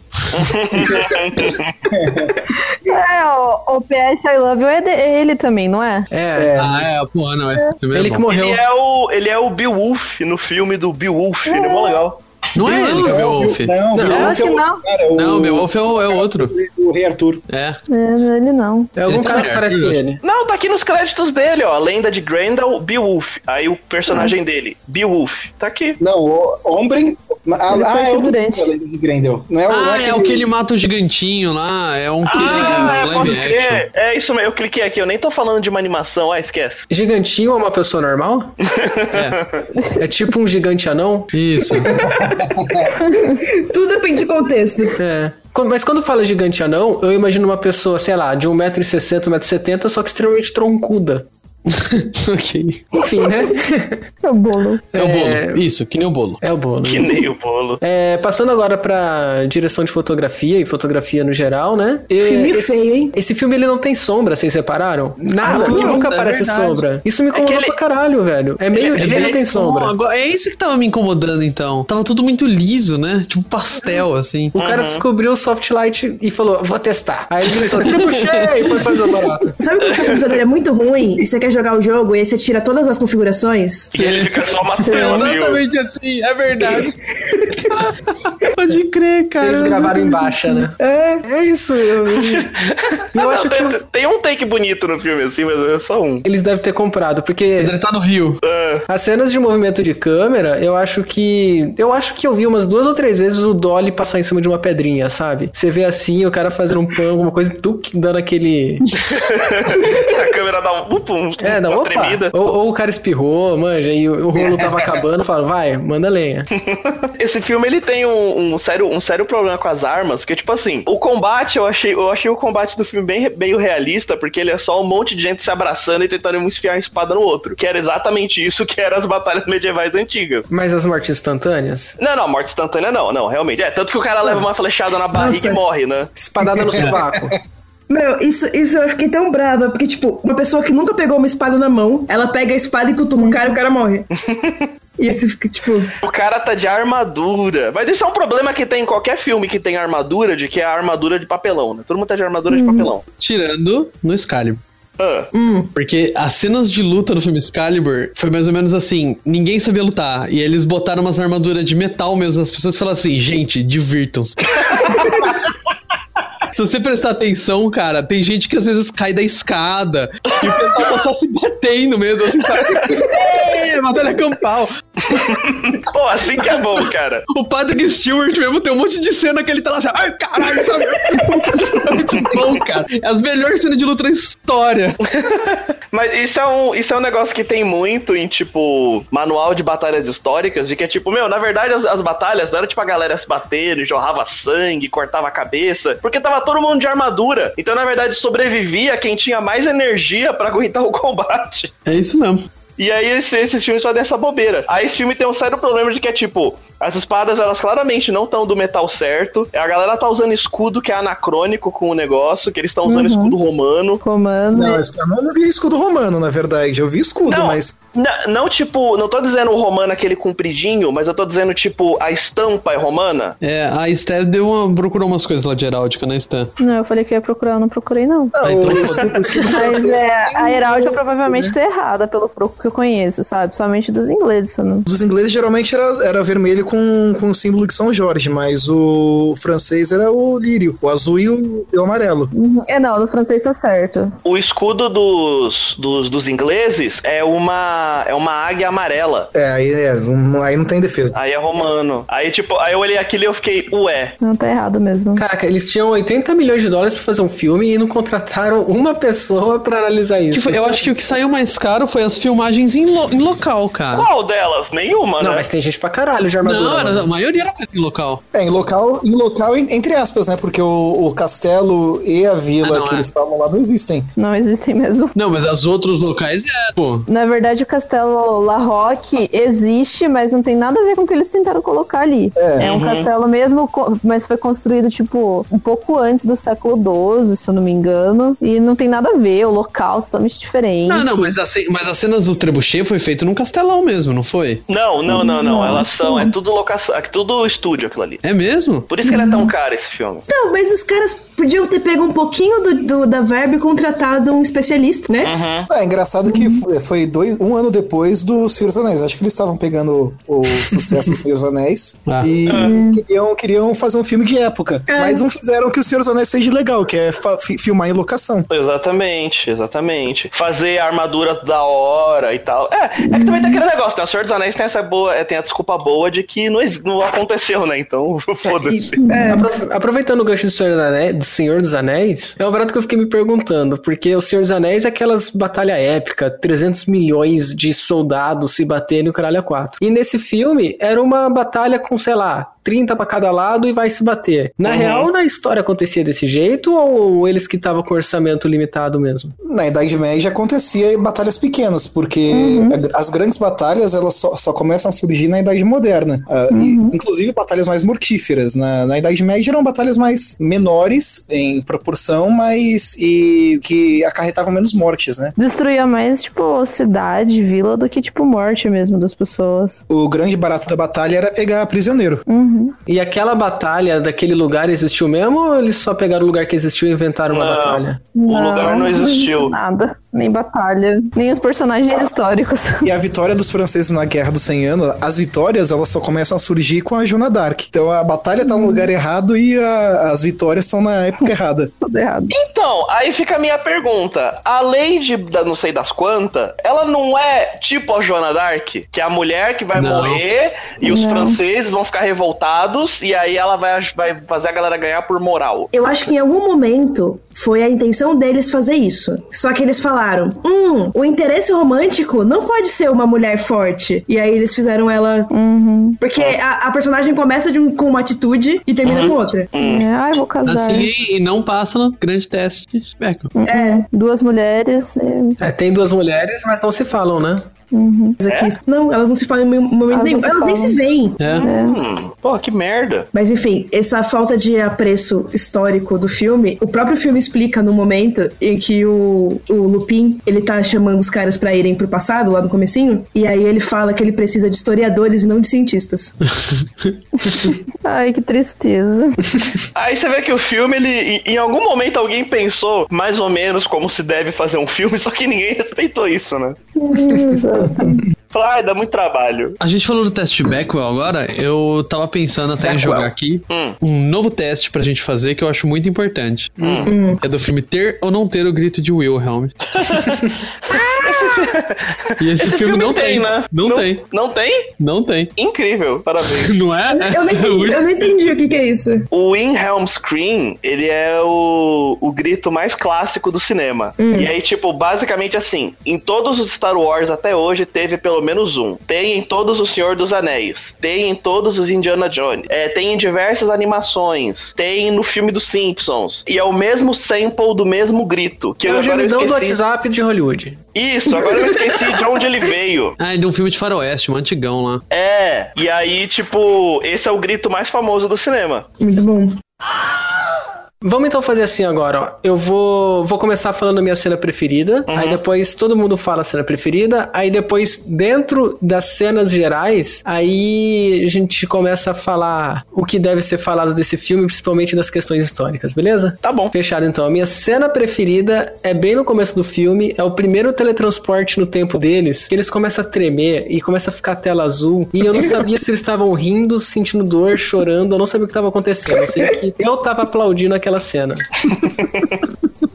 S5: É, o, o PS I Love You é, de- é ele também, não é?
S1: É,
S2: *laughs* Ah, é, porra, não, esse filme é
S1: ele
S2: bom.
S1: que morreu.
S4: Ele é o, ele é o Beowulf no filme do Beowulf. Ele é mó legal.
S2: Não é ele que é o Beowulf.
S1: Não,
S6: Não, Beowulf
S5: acho
S6: é
S5: que
S6: o-
S5: não.
S6: Cara, o...
S2: Não, o Beowulf é o, é o outro.
S6: O Rei Arthur.
S2: É.
S5: É, não é ele não.
S1: É algum
S2: Ele
S1: cara
S2: tá
S1: que
S2: melhor,
S1: parece
S2: viu?
S1: ele.
S4: Não, tá aqui nos créditos dele, ó. Lenda de Grendel, Beowulf. Aí o personagem dele, Beowulf. Tá aqui.
S6: Não, o Ombrem... Ah,
S5: Ele foi
S6: ah, é o do
S5: figurante.
S6: filme da Lady de Grendel. Não é o, não
S2: Ah, é o
S6: aquele-
S2: que ele mata o gigantinho lá. É um que
S4: Ah,
S2: é
S4: é,
S2: live
S4: pode
S2: action.
S4: crer. É isso mesmo. Eu cliquei aqui. Eu nem tô falando de uma animação. Ah, esquece.
S1: Gigantinho é uma pessoa normal? É tipo um gigante anão?
S2: É, isso. *laughs*
S3: Tudo depende de contexto.
S1: É. Co- Mas quando fala gigante anão, eu imagino uma pessoa, sei lá, de 1,60m, 1,70m, só que extremamente troncuda.
S2: ok.
S1: Enfim, né?
S5: É o bolo.
S2: É o bolo. Isso, que nem o bolo.
S1: É o bolo.
S4: Que nem o bolo.
S1: É, passando agora pra direção de fotografia e fotografia no geral, né? E
S3: Filme feio, hein?
S1: Esse filme ele não tem sombra, vocês repararam? Nada,
S2: Ah,
S1: porque
S2: nossa,
S1: nunca
S2: é
S1: aparece
S2: verdade.
S1: sombra. Isso me incomodou
S4: ele-
S1: pra caralho, velho. É meio um dia e não tem sombra.
S2: Agora- é isso que tava me incomodando, então. Tava tudo muito liso, né? Tipo pastel, assim.
S1: O cara descobriu o soft light e falou, vou testar. Aí ele gritou, trebuchê, e foi fazer o barato.
S3: Sabe quando seu computador é muito ruim e você quer quer jogar o jogo e aí você tira todas as configurações.
S4: E ele fica só uma
S1: É,
S4: tela, viu?
S2: Exatamente assim, é verdade. *laughs* Pode crer, cara.
S1: Eles gravaram em baixa, né? É, é isso. *laughs* Eu, eu
S4: Ah, Não,
S1: acho que
S4: tem, tem um take bonito no filme, assim, mas é só um.
S1: eles devem ter comprado, porque
S2: Ele tá no Rio.
S4: Ah,
S1: As cenas de movimento de câmera, eu acho que. Eu acho que eu vi umas duas ou três vezes o Dolly passar em cima de uma pedrinha, sabe? Você vê assim, o cara fazendo um pão, alguma coisa, tuc, dando aquele.
S4: a câmera dá um, up, um-
S1: É, não,
S4: uma
S1: opa.
S4: tremida.
S1: Ou, ou o cara espirrou, manja, e o o rolo
S2: *laughs*
S1: tava acabando, fala, vai, manda lenha.
S4: *laughs* Esse filme ele tem um, um sério, um sério problema com as armas, porque tipo assim, o combate eu achei, eu achei o combate do filme bem meio realista, porque ele é só um monte de gente se abraçando e tentando um enfiar a espada no outro, que era exatamente isso que eram as batalhas medievais antigas.
S1: Mas as mortes instantâneas?
S4: Não, não, morte instantânea não, não, realmente. É, tanto que o cara leva uma flechada na barriga
S3: Nossa.
S4: e morre, né?
S1: Espadada
S2: *laughs*
S1: no sovaco.
S3: Meu, isso, isso eu fiquei tão brava, porque, tipo, uma pessoa que nunca pegou uma espada na mão, ela pega a espada e cutuca o cara e o cara morre. e aí você fica, tipo,
S4: O cara tá de armadura. Mas isso é um problema que tem em qualquer filme que tem armadura, de que é a armadura de papelão, né? Todo mundo tá de armadura de papelão.
S2: Tirando no Excalibur.
S4: Ah,
S2: Porque as cenas de luta no filme Excalibur foi mais ou menos assim: ninguém sabia lutar. E eles botaram umas armaduras de metal mesmo. As pessoas falaram assim: gente, divirtam-se. *laughs* Se você prestar atenção, cara, tem gente que às vezes cai da escada e o pessoal tá só se batendo mesmo, assim, sabe? *laughs* Ei, Batalha campal.
S4: Pô, assim que é bom, cara.
S2: O Patrick Stewart mesmo tem um monte de cena que ele tá lá assim, ai caralho, sabe? *laughs* É muito bom, cara. É as melhores cenas de luta da história.
S4: Mas isso é, um, isso é um negócio que tem muito em, tipo, manual de batalhas históricas, de que é tipo, meu, na verdade as, as batalhas não era tipo a galera se batendo, jorrava sangue, cortava a cabeça, porque tava todo mundo de armadura. Então, na verdade, sobrevivia quem tinha mais energia pra aguentar o *laughs* combate.
S2: É isso mesmo.
S4: E aí esse- esses filmes fazem essa bobeira. Aí esse filme tem um sério problema de que é tipo, as espadas elas claramente não estão do metal certo. A galera tá usando escudo que é anacrônico com o negócio, que eles estão usando escudo romano.
S5: Comando.
S6: Não, eu não, não vi escudo romano, na verdade. Eu vi escudo,
S4: Não.
S6: mas.
S4: N- não tipo, não tô dizendo o romano aquele compridinho, mas eu tô dizendo tipo a estampa é romana.
S2: É, a Steph deu uma, procurou umas coisas lá de heráldica, né, Stan?
S5: Não, eu falei que ia procurar, eu não procurei, não.
S6: Não,
S2: Ah, então
S6: o
S2: foda-se.
S6: escudo, o escudo
S5: Mas
S2: *laughs*
S6: francês
S5: é, a Heráldica provavelmente tá errada pelo pouco que eu conheço, sabe? Somente dos ingleses, se eu não.
S6: dos ingleses geralmente era, era vermelho com, com o símbolo de São Jorge, mas o francês era o lírio, o azul e o, e o amarelo.
S5: É, não, no francês tá certo.
S4: O escudo dos, dos, dos ingleses é uma é uma águia amarela.
S6: É, aí, é, não- aí não tem defesa.
S4: Aí é romano. Aí tipo, aí eu olhei aquilo e eu fiquei, ué.
S5: Não, tá errado mesmo.
S1: Caraca, eles tinham 80 milhões de dólares pra fazer um filme e não contrataram uma pessoa pra analisar
S2: Que
S1: isso.
S2: foi- eu acho que o que saiu mais caro foi as filmagens em, lo- em local, cara.
S4: Qual delas? Nenhuma,
S1: Não,
S4: né?
S1: mas tem gente pra caralho de armadura.
S2: Não, era,
S1: mano.
S2: a maioria era feita em local.
S6: É, em local, em local, en- entre aspas, né? Porque o, o castelo e a vila
S2: Ah, não,
S6: que
S2: é.
S6: eles falam lá não existem.
S5: Não existem mesmo.
S2: Não, mas as outros locais é, pô.
S5: Na verdade, o castelo La Roque existe, mas não tem nada a ver com o que eles tentaram colocar ali. É,
S4: Uhum.
S5: um castelo mesmo, co- mas foi construído, tipo, um pouco antes do século XII, se eu não me engano. E não tem nada a ver, o local é totalmente diferente.
S2: Não, não, mas, as ce- mas as cenas do Trebuchet foi feito num castelão mesmo, não foi?
S4: Não, não, não, não.
S5: Não,
S4: Elas são. É tudo locação. É tudo estúdio aquilo ali.
S2: É mesmo?
S4: Por isso que ele é tão caro esse filme.
S3: Não, mas os caras podiam ter pego um pouquinho do, do- da verba e contratado um especialista, né?
S6: É engraçado que f- foi dois, um ano depois do Senhor dos Anéis. Acho que eles estavam pegando o sucesso do Senhor dos Anéis
S2: Ah.
S6: e queriam, queriam fazer um filme de época. Mas não fizeram o que o Senhor dos Anéis fez de legal, que é fa- fi- filmar em locação.
S4: Exatamente, exatamente. Fazer armadura da hora e tal. É, é que também tem aquele negócio, né? O Senhor dos Anéis tem essa boa, é, tem a desculpa boa de que não, ex- não aconteceu, né? Então, *laughs* foda-se.
S3: É.
S1: Apro- Aproveitando o gancho do Senhor, dos Ane- do Senhor dos Anéis, é uma parada que eu fiquei me perguntando, porque o Senhor dos Anéis é aquelas batalha épica, 300 milhões de soldados se batendo e o caralho a quatro. E nesse filme, era uma batalha com, sei lá, 30 pra cada lado e vai se bater. Na
S4: Uhum.
S1: real, na história acontecia desse jeito ou eles que estavam com orçamento limitado mesmo?
S6: Na Idade Média acontecia batalhas pequenas, porque a- as grandes batalhas elas só, só começam a surgir na Idade Moderna. Ah, e, inclusive batalhas mais mortíferas. Na, na Idade Média eram batalhas mais menores em proporção, mas e que acarretavam menos mortes, né?
S5: Destruía mais, tipo, cidade, vila, do que, tipo, morte mesmo das pessoas.
S6: O grande barato da batalha era pegar prisioneiro.
S5: Uhum.
S1: E aquela batalha daquele lugar existiu mesmo ou eles só pegaram o lugar que existiu e inventaram uma
S4: Não.
S1: batalha?
S4: O lugar não existiu.
S5: Nada. Nem batalha. Nem os personagens históricos. *laughs*
S6: E a vitória dos franceses na Guerra dos 100 Anos, as vitórias elas só começam a surgir com a Joana d'Arc. Então a batalha tá no lugar errado e a- as vitórias estão na época errada.
S5: Tudo errado.
S4: Então, aí fica a minha pergunta. A Lady da não sei das quantas, ela não é tipo a Joana Dark, que é a mulher que vai
S2: Não.
S4: morrer e os
S5: Não.
S4: franceses vão ficar revoltados e aí ela vai, vai fazer a galera ganhar por moral.
S3: Eu acho que em algum momento foi a intenção deles fazer isso. Só que eles falaram: hum, o interesse romântico não pode ser uma mulher forte. E aí eles fizeram ela.
S5: Uhum.
S3: Porque a, a personagem começa de um- com uma atitude e termina com outra.
S4: Hum.
S5: É, ai, vou casar.
S2: Assim, e não passa no grande teste de Beckman.
S3: É.
S5: Duas mulheres. é,
S1: É, tem duas mulheres, mas não se falam, né?
S3: mas aqui- Não, elas não se falam em mo- momento
S5: Elas
S3: nenhum.
S5: não se
S3: Elas nem se
S5: falam.
S3: veem.
S2: É.
S4: Hum, pô, que merda.
S3: Mas enfim, essa falta de apreço histórico do filme, o próprio filme explica no momento em que o, o Lupin, ele tá chamando os caras pra irem pro passado, lá no comecinho, e aí ele fala que ele precisa de historiadores e não de cientistas.
S5: Ai, que tristeza.
S4: *laughs* Aí você vê que o filme, ele. Em em algum momento alguém pensou mais ou menos como se deve fazer um filme, *laughs* só que ninguém respeitou isso, né? Falar, ai, dá muito trabalho.
S2: A gente falou do teste de Beckwell agora, eu tava pensando até em
S1: Beckwell.
S2: jogar aqui
S4: Hum.
S2: um novo teste pra gente fazer que eu acho muito importante. É do filme Ter ou Não Ter o Grito de *laughs* Wilhelm. e esse, filme, não tem,
S4: né?
S2: Não, tem,
S4: Não tem?
S2: não tem. *laughs*
S4: Incrível, parabéns.
S2: Não *laughs* é?
S3: Eu não entendi, eu não entendi o que, que é isso.
S4: O In-Helm Scream, ele é o, o grito mais clássico do cinema.
S1: Hum.
S4: E aí, tipo, basicamente assim, em todos os Star Wars até hoje teve pelo menos um. Tem em todos os Senhor dos Anéis, tem em todos os Indiana Jones, é, tem em diversas animações, tem no filme dos Simpsons. E é o mesmo sample do mesmo grito. Que
S1: é o
S4: eu agora eu
S1: gemidão do
S4: esqueci.
S1: WhatsApp de Hollywood.
S4: Isso, agora eu esqueci de onde ele veio.
S2: Ah, é de um filme de faroeste, um antigão lá.
S4: É, e aí, tipo, esse é o grito mais famoso do cinema.
S3: Muito bom.
S1: Vamos então fazer assim agora, ó. Eu vou, vou começar falando a minha cena preferida, aí depois todo mundo fala a cena preferida, aí depois, dentro das cenas gerais, aí a gente começa a falar o que deve ser falado desse filme, principalmente das questões históricas, beleza?
S4: Tá bom.
S1: Fechado então. A minha cena preferida é bem no começo do filme, é o primeiro teletransporte no tempo deles, que eles começam a tremer e começa a ficar a tela azul. E eu não sabia se eles estavam rindo, sentindo dor, chorando, eu não sabia o que estava acontecendo. Eu sei que eu tava aplaudindo aquela cena.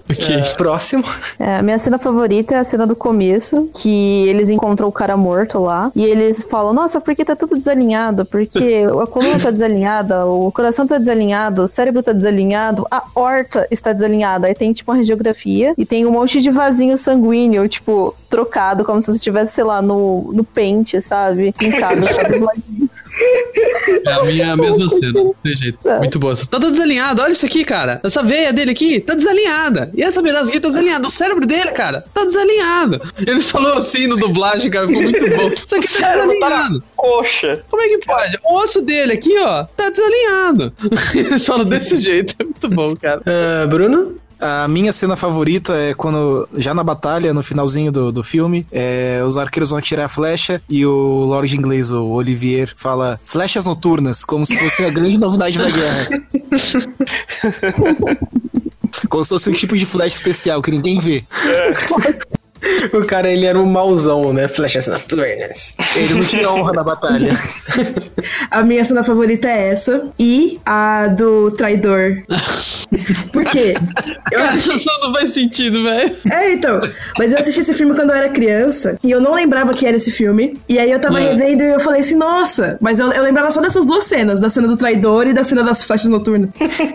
S2: Ok.
S1: É, Próximo.
S5: É, a minha cena favorita é a cena do começo, que eles encontram o cara morto lá, e eles falam, nossa, por que tá tudo desalinhado? Porque a coluna tá desalinhada, o coração tá desalinhado, o cérebro tá desalinhado, a horta está desalinhada. Aí tem, tipo, uma radiografia, e tem um monte de vasinho sanguíneo, tipo, trocado, como se você estivesse, sei lá, no, no pente, sabe? Pintado, sabe? Os *laughs* ladinhos.
S2: É a
S4: *laughs*
S2: minha mesma cena. Não tem jeito.
S4: É.
S2: Muito boa. Tá tudo desalinhado. Olha isso aqui, cara. Essa veia dele aqui tá desalinhada. E essa beleza aqui tá desalinhada. O cérebro dele, cara, tá desalinhado. Ele falou assim no dublagem, cara. Ficou muito
S4: *laughs*
S2: bom. Isso aqui tá
S4: Sério, tá
S2: desalinhado.
S4: na coxa.
S2: Como é que pode? O osso dele aqui, ó, tá desalinhado. *laughs* Eles falam desse jeito. É muito bom, cara.
S1: Ah, Bruno?
S6: A minha cena favorita é quando, já na batalha, no finalzinho do, do filme, é, os arqueiros vão atirar a flecha e o Lorde inglês, o Olivier, fala flechas noturnas, como se fosse a grande novidade da guerra. como se fosse um tipo de flecha especial que ninguém vê.
S1: O cara, ele era um mauzão, né? Flechas noturnas.
S6: Ele não tinha honra na batalha.
S3: A minha cena favorita é essa e a do traidor. Por quê? Eu
S2: Cara,
S3: assisti
S2: isso só não faz sentido, velho.
S3: É, então. Mas eu assisti esse filme quando eu era criança e eu não lembrava que era esse filme. E aí eu tava
S2: É.
S3: revendo e eu falei assim, nossa. Mas eu, eu lembrava só dessas duas cenas, da cena do traidor e da cena das flechas noturnas.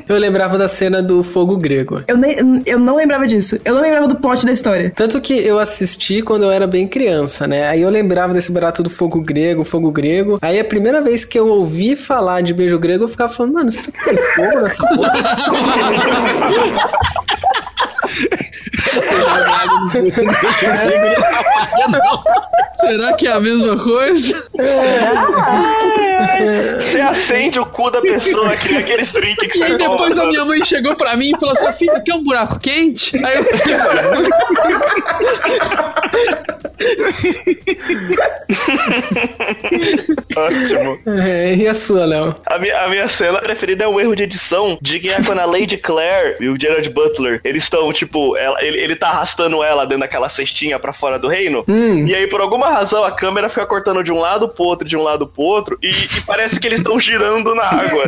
S1: Eu lembrava da cena do fogo grego.
S3: Eu, nem, eu não lembrava disso. Eu não lembrava do plot da história.
S1: Tanto que eu assisti quando eu era bem criança, né? Aí eu lembrava desse barato do fogo grego, fogo grego. Aí a primeira vez que eu ouvi falar de beijo grego, eu ficava falando, mano, será que tem fogo nessa porra?
S2: Será que é a mesma coisa?
S4: Você acende o cu da pessoa que nem aqueles drinks que
S2: E
S4: você
S2: aí depois
S4: compra.
S2: a minha mãe chegou pra mim e falou assim, filha, quer um buraco quente? Aí eu fiquei
S4: Ótimo.
S1: *laughs* É, e a sua, Léo?
S4: A minha, a minha cena preferida é um erro de edição de que é quando a Lady Claire e o Gerard Butler, eles estão, tipo, ela- ele, ele tá arrastando ela dentro daquela cestinha pra fora do reino.
S1: Hum.
S4: E aí, por alguma razão, a câmera fica cortando de um lado pro outro, de um lado pro outro, e, e parece que eles estão girando na água.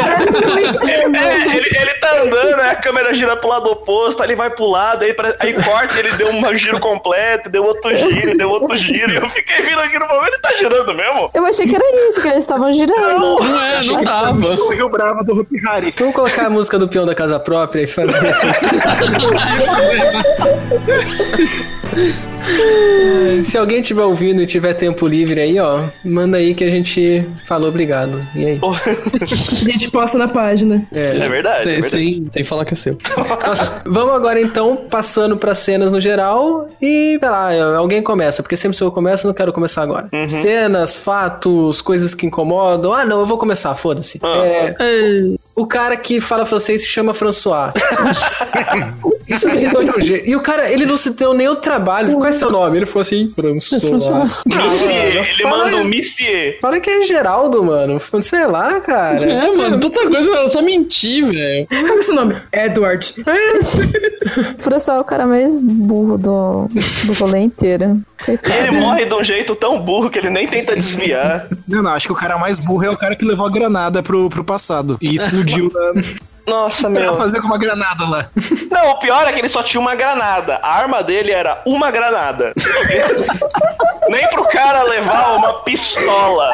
S3: Parece que eu me
S4: Ele,
S3: preso.
S4: é, ele- ele tá andando, aí a câmera gira pro lado oposto, aí ele vai pro lado, aí, pare- aí corta, ele deu um giro completo, deu outro giro, deu outro giro, e eu fiquei vindo aqui no momento, ele tá girando mesmo?
S5: Eu achei que era isso que eles estavam girando.
S2: Não é, não
S4: *laughs*
S2: tava.
S7: O Rio Bravo do Rupi Hari.
S1: Vamos colocar a música do peão da casa própria e fazer. *laughs* É, Se alguém tiver ouvindo e tiver tempo livre aí, ó, manda aí que a gente falou obrigado. E aí?
S4: Pô,
S3: A gente posta na página.
S4: É verdade, é
S2: Sem,
S4: verdade.
S2: sem, sem falar que é seu.
S1: Nossa, vamos agora então passando pra cenas no geral e, sei lá, alguém começa, porque sempre se eu começo, eu não quero começar agora. Cenas, fatos, coisas que incomodam. Ah, não, eu vou começar, foda-se.
S4: Ah.
S1: É, o cara que fala francês se chama François. *laughs* Isso me irritou de um jeito. E o cara, ele não se deu nem o trabalho. Qual é seu nome? Ele falou assim, François.
S4: Missier, ele
S1: Fala
S4: manda um
S1: aí.
S4: Missier.
S1: Fala que é Geraldo, mano. Sei lá, cara.
S2: É, mano, tanta coisa, eu só menti, velho. *laughs*
S3: Qual que é o seu nome? Edward.
S5: François é o cara mais burro do, do rolê inteiro.
S4: E
S5: Coitado.
S4: ele morre de um jeito tão burro que ele nem tenta desviar.
S7: Não, não, acho que o cara mais burro é o cara que levou a granada pro, pro passado. E explodiu lá.
S4: Nossa,
S7: Pra
S4: meu.
S7: fazer com uma granada lá.
S4: Não, o pior é que ele só tinha uma granada. A arma dele era uma granada. *laughs* Nem pro cara levar uma pistola.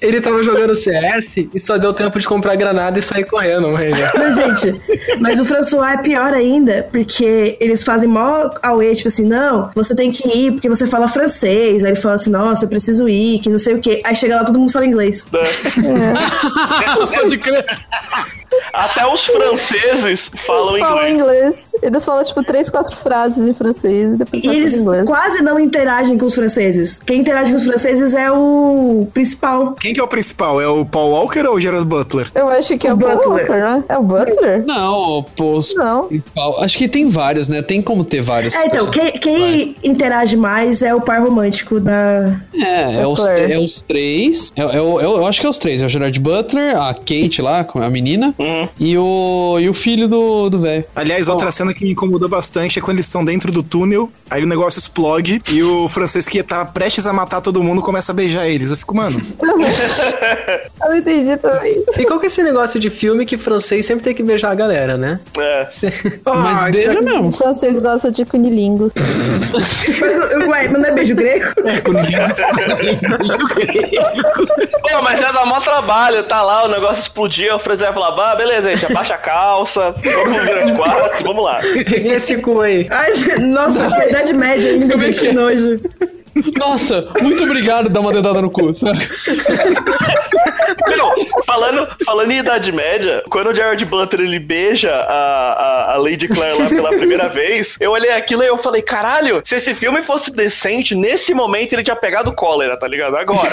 S1: Ele tava jogando CS e só deu tempo de comprar granada e sair correndo, mas...
S3: Não, gente, mas o François é pior ainda, porque eles fazem mó auê, tipo assim, não, você tem que ir porque você fala francês. Aí ele fala assim, nossa, eu preciso ir, que não sei o quê. Aí chega lá, todo mundo fala inglês.
S4: né?
S2: Pode crer.
S4: Até os franceses falam
S5: Eles falam
S4: inglês.
S5: inglês. Eles falam, tipo, três, quatro frases de francês e depois
S3: E
S5: falam
S3: eles
S5: inglês.
S3: quase não interagem com os franceses. Quem interage com os franceses é o principal.
S7: Quem que é o principal? É o Paul Walker ou o Gerard Butler?
S5: Eu acho que é o,
S3: O
S5: Paul
S3: Butler.
S5: Walker, né? É o Butler?
S2: Não, pô, os-
S5: Não.
S2: Acho que tem vários, né? Tem como ter vários.
S3: É, então, quem, quem interage mais é o par romântico da.
S2: É, é os,
S5: Butler.
S2: é os três. É, é o- é o- eu acho que é os três. É o Gerard Butler, a Kate lá, com a menina,
S4: Uhum.
S2: e, o, e o filho do do velho.
S7: Aliás, outra cena que me incomodou bastante é quando eles estão dentro do túnel, aí o negócio explode e o francês que tá prestes a matar todo mundo começa a beijar eles. Eu fico, mano,
S5: Eu não entendi também.
S1: E qual que é esse negócio de filme que francês sempre tem que beijar a galera, né?
S4: É.
S1: Cê-
S2: Mas
S1: Ah,
S2: beija mesmo.
S5: O francês gosta de cunilingos.
S3: Mas, ué, mas não é beijo grego?
S7: é com ninguém.
S4: Pô, mas já dá mó trabalho, tá lá, o negócio explodia, o Francisco vai falar, ah, beleza, gente, abaixa a calça, todo mundo vira de quatro, vamos lá.
S1: *laughs* E esse cu aí?
S3: *laughs* Ai, nossa, a idade média ainda,
S2: Como é
S3: gente,
S2: que
S3: que
S2: é?
S3: nojo.
S2: Nossa, muito obrigado, dá uma dedada no cu. sabe?
S4: Não, falando, falando em Idade Média, quando o Gerard Butler ele beija a, a, a Lady Claire lá pela primeira vez, eu olhei aquilo e eu falei, caralho, se esse filme fosse decente, nesse momento ele tinha pegado cólera, tá ligado? Agora.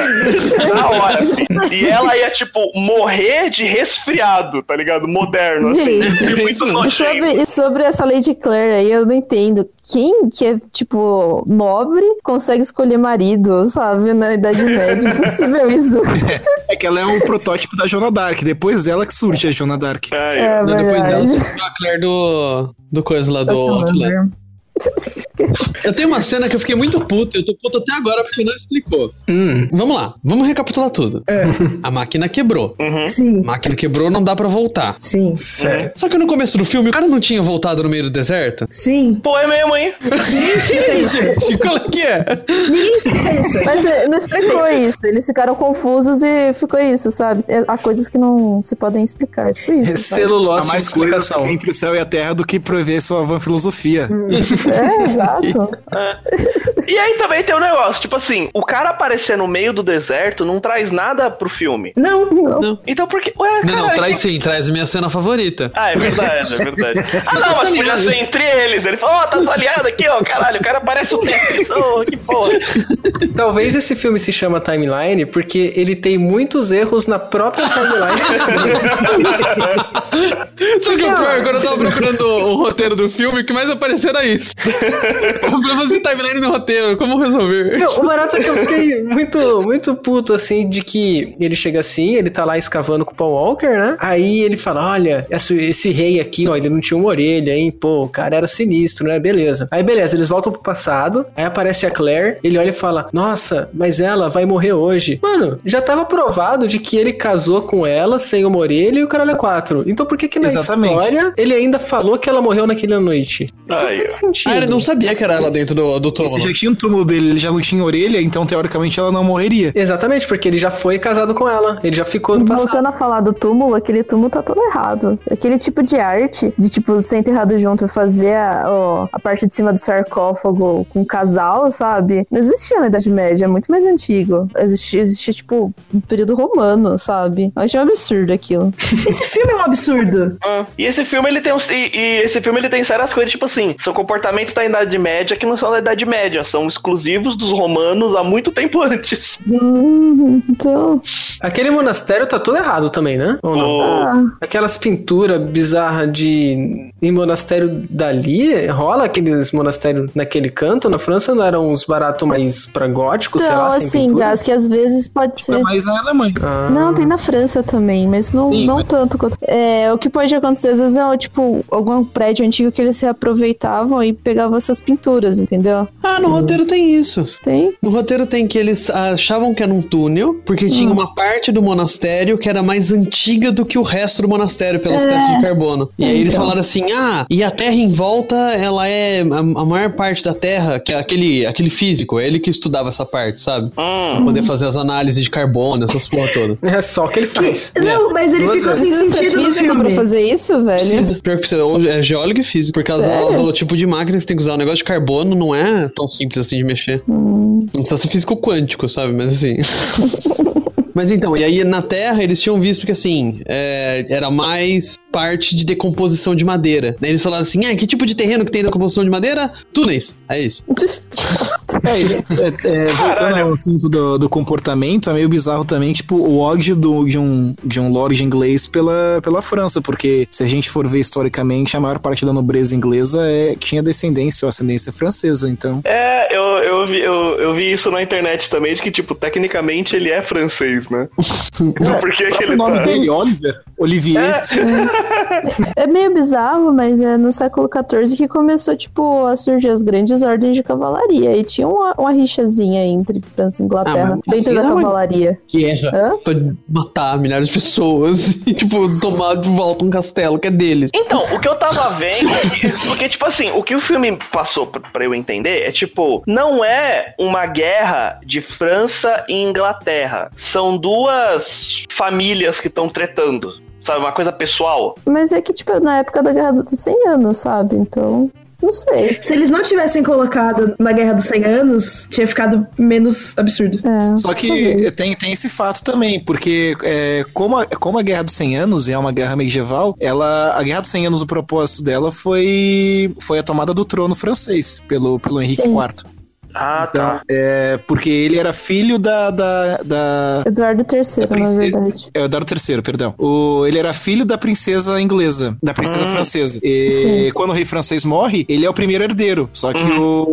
S4: Na hora, assim. E ela ia, tipo, morrer de resfriado, tá ligado? Moderno, assim.
S5: Gente,
S4: E
S2: isso
S4: muito
S2: não.
S5: E
S4: nojento.
S5: sobre, e sobre essa Lady Claire aí, eu não entendo. Quem que é, tipo, nobre consegue escolher marido, sabe? Na Idade Média.
S2: *laughs*
S5: Impossível isso.
S7: É que ela é o protótipo da Jonah Dark. Depois dela que surge a Jonah Dark.
S4: Ai,
S5: É
S2: Não, depois dela,
S5: verdade.
S2: surgiu a Claire do. Do coisa lá do. Outlander. *laughs* Eu tenho uma cena que eu fiquei muito puto, eu tô puto até agora porque não explicou. Vamos lá, vamos recapitular tudo. A máquina quebrou.
S1: Uhum.
S2: A
S3: Sim,
S2: máquina quebrou, não dá pra voltar.
S3: sim,
S7: Sério.
S2: Só que no começo do filme, o cara não tinha voltado no meio do deserto?
S3: sim.
S4: Pô, é mesmo, hein?
S2: Gente, qual é que é?
S3: Ninguém explica isso.
S5: Mas é, não explicou isso. Eles ficaram confusos e ficou isso, sabe? É, há coisas que não se podem explicar. Tipo isso. sabe?
S7: Há
S1: Celulose
S6: tá
S7: mais
S1: de
S7: coisas
S1: explicação.
S6: assim.
S7: entre o céu e a terra do que prever sua van filosofia.
S6: Hum.
S5: É, exato.
S4: E aí também tem um negócio, tipo assim, o cara aparecer no meio do deserto não traz nada pro filme.
S3: Não,
S4: Então por que. Ué,
S2: Não, não,
S4: caralho,
S2: traz sim, traz minha cena favorita.
S4: Ah, é verdade, é
S2: *laughs*
S4: verdade. Ah, não, mas podia ser entre eles. Ele falou, ó, tá aliado aqui, ó, caralho, o cara parece o Tetris, ô, que porra.
S1: Talvez esse filme se chama Timeline porque ele tem muitos erros na própria timeline.
S2: Sabe o que é o pior? Quando eu tava procurando o, o roteiro do filme, o que mais apareceu era isso. *laughs* Problemas de timeline no roteiro, como resolver?
S1: Não, o barato é que eu fiquei muito, muito puto, assim, de que ele chega assim, ele tá lá escavando com o Paul Walker, né? Aí ele fala: olha, esse, esse rei aqui, ó, ele não tinha uma orelha, hein? Pô, o cara era sinistro, né? Beleza. Aí, beleza, eles voltam pro passado, aí aparece a Claire, ele olha e fala: nossa, mas ela vai morrer hoje. Mano, já tava provado de que ele casou com ela sem uma orelha e o caralho é quatro. Então por que que na
S6: Exatamente.
S1: história ele ainda falou que ela morreu naquela noite?
S4: Aí,
S1: Não
S4: ó.
S1: faz sentido.
S2: Ah, ele não sabia que era ela dentro do, do túmulo.
S6: Você já tinha o túmulo dele, ele já não tinha orelha, então teoricamente ela não morreria.
S1: Exatamente, porque ele já foi casado com ela. Ele já ficou no passado.
S5: Voltando a falar do túmulo, aquele túmulo tá todo errado. Aquele tipo de arte, de tipo, de ser enterrado junto, fazer a, ó, a parte de cima do sarcófago com um casal, sabe? Não existia na Idade Média, é muito mais antigo. Existia, existia tipo, um período romano, sabe? Eu achei um absurdo aquilo.
S3: Esse filme é um absurdo.
S4: Ah, E esse filme ele tem uns, e, e esse filme ele tem sérias coisas, tipo assim, são comportamentos da Idade Média que não são da Idade Média, são exclusivos dos romanos há muito tempo *laughs* antes.
S5: Hum, então,
S1: Aquele monastério tá todo errado também, né? Ou não?
S3: Ah.
S4: O-
S1: Aquelas pinturas bizarras de. em monastério dali, rola aqueles monastérios naquele canto? Na França não eram uns baratos mais pra gótico, sei
S5: então
S1: lá, sem
S5: assim,
S1: pintura?
S5: Gás, que às vezes pode ser.
S6: Mas na Alemanha.
S1: Ah,
S5: Não, tem na França também, mas não,
S6: Sim,
S5: não
S6: mas-
S5: tanto quanto. É, o que pode acontecer às vezes é, tipo, algum prédio antigo que eles se aproveitavam e pegavam essas pinturas, entendeu?
S2: Ah, no roteiro tem isso.
S5: Tem?
S2: No roteiro tem que eles achavam que era um túnel, porque tinha uma parte do monastério que era mais antiga do que o resto do monastério, pelos testes de carbono. E aí eles
S5: Então.
S2: falaram assim: ah, e a terra em volta, ela é. A, a maior parte da terra, que é aquele, aquele físico, é ele que estudava essa parte, sabe?
S4: Hum.
S2: Pra poder fazer as análises de carbono, essas porra toda.
S1: É só o que ele faz.
S3: Não, mas ele
S1: Duas
S3: ficou sem
S1: vezes.
S5: Precisa ser
S3: sentido no
S5: físico
S3: filme.
S5: pra fazer isso, velho?
S2: Precisa. Pior que precisa, ou é geólogo e físico, por causa
S5: Sério?
S2: do tipo de máquina que você tem que usar. O negócio de carbono não é tão simples assim de mexer. Não precisa ser físico quântico, sabe? Mas *laughs* assim. Mas então, e aí na Terra eles tinham visto que assim, é, era mais parte de decomposição de madeira. Daí eles falaram assim: ah, que tipo de terreno que tem decomposição de madeira? Túneis. É isso.
S6: *laughs* É, é, voltando ao assunto do, do comportamento, é meio bizarro também, tipo, o ódio do, de, um, de um lord inglês pela, pela França, porque se a gente for ver historicamente, a maior parte da nobreza inglesa é, tinha descendência ou ascendência francesa, então...
S4: É, eu, eu, vi, eu, eu vi isso na internet também, de que, tipo, tecnicamente ele é francês,
S6: *laughs*
S4: né? Por que, que
S6: O
S4: ele
S6: nome
S4: tá...
S6: dele, Oliver? Olivier.
S5: *laughs* É meio bizarro, mas é no século XIV que começou, tipo, a surgir as grandes ordens de cavalaria. E tinha uma, uma rixazinha entre França e Inglaterra,
S2: Ah, mas
S5: dentro
S2: assim
S5: da
S2: não é-
S5: cavalaria.
S2: Guerra.
S5: Hã?
S2: Pra matar milhares de pessoas *laughs* e, tipo, tomar de volta um castelo que é deles.
S4: Então, o que eu tava vendo. Porque, tipo assim, o que o filme passou pra pra eu entender é, tipo, não é uma guerra de França e Inglaterra. São duas famílias que estão tretando. Sabe, uma coisa pessoal.
S5: Mas é que, tipo, na época da Guerra dos 100 anos, sabe? Então, não sei.
S3: Se eles não tivessem colocado na Guerra dos 100 Anos, tinha ficado menos absurdo.
S5: É.
S6: Só que tem, tem esse fato também, porque é, como, a, como a Guerra dos 100 Anos é uma guerra medieval, ela, a Guerra dos 100 Anos, o propósito dela foi, foi a tomada do trono francês pelo, pelo Henrique
S5: Sim.
S6: IV.
S4: Ah, tá.
S6: É, porque ele era filho da. da, da...
S5: Eduardo III, na
S6: princesa-
S5: verdade.
S6: É o Eduardo III, perdão. O, ele era filho da princesa inglesa, da princesa francesa. E
S5: Sim.
S6: quando o rei francês morre, ele é o primeiro herdeiro. Só que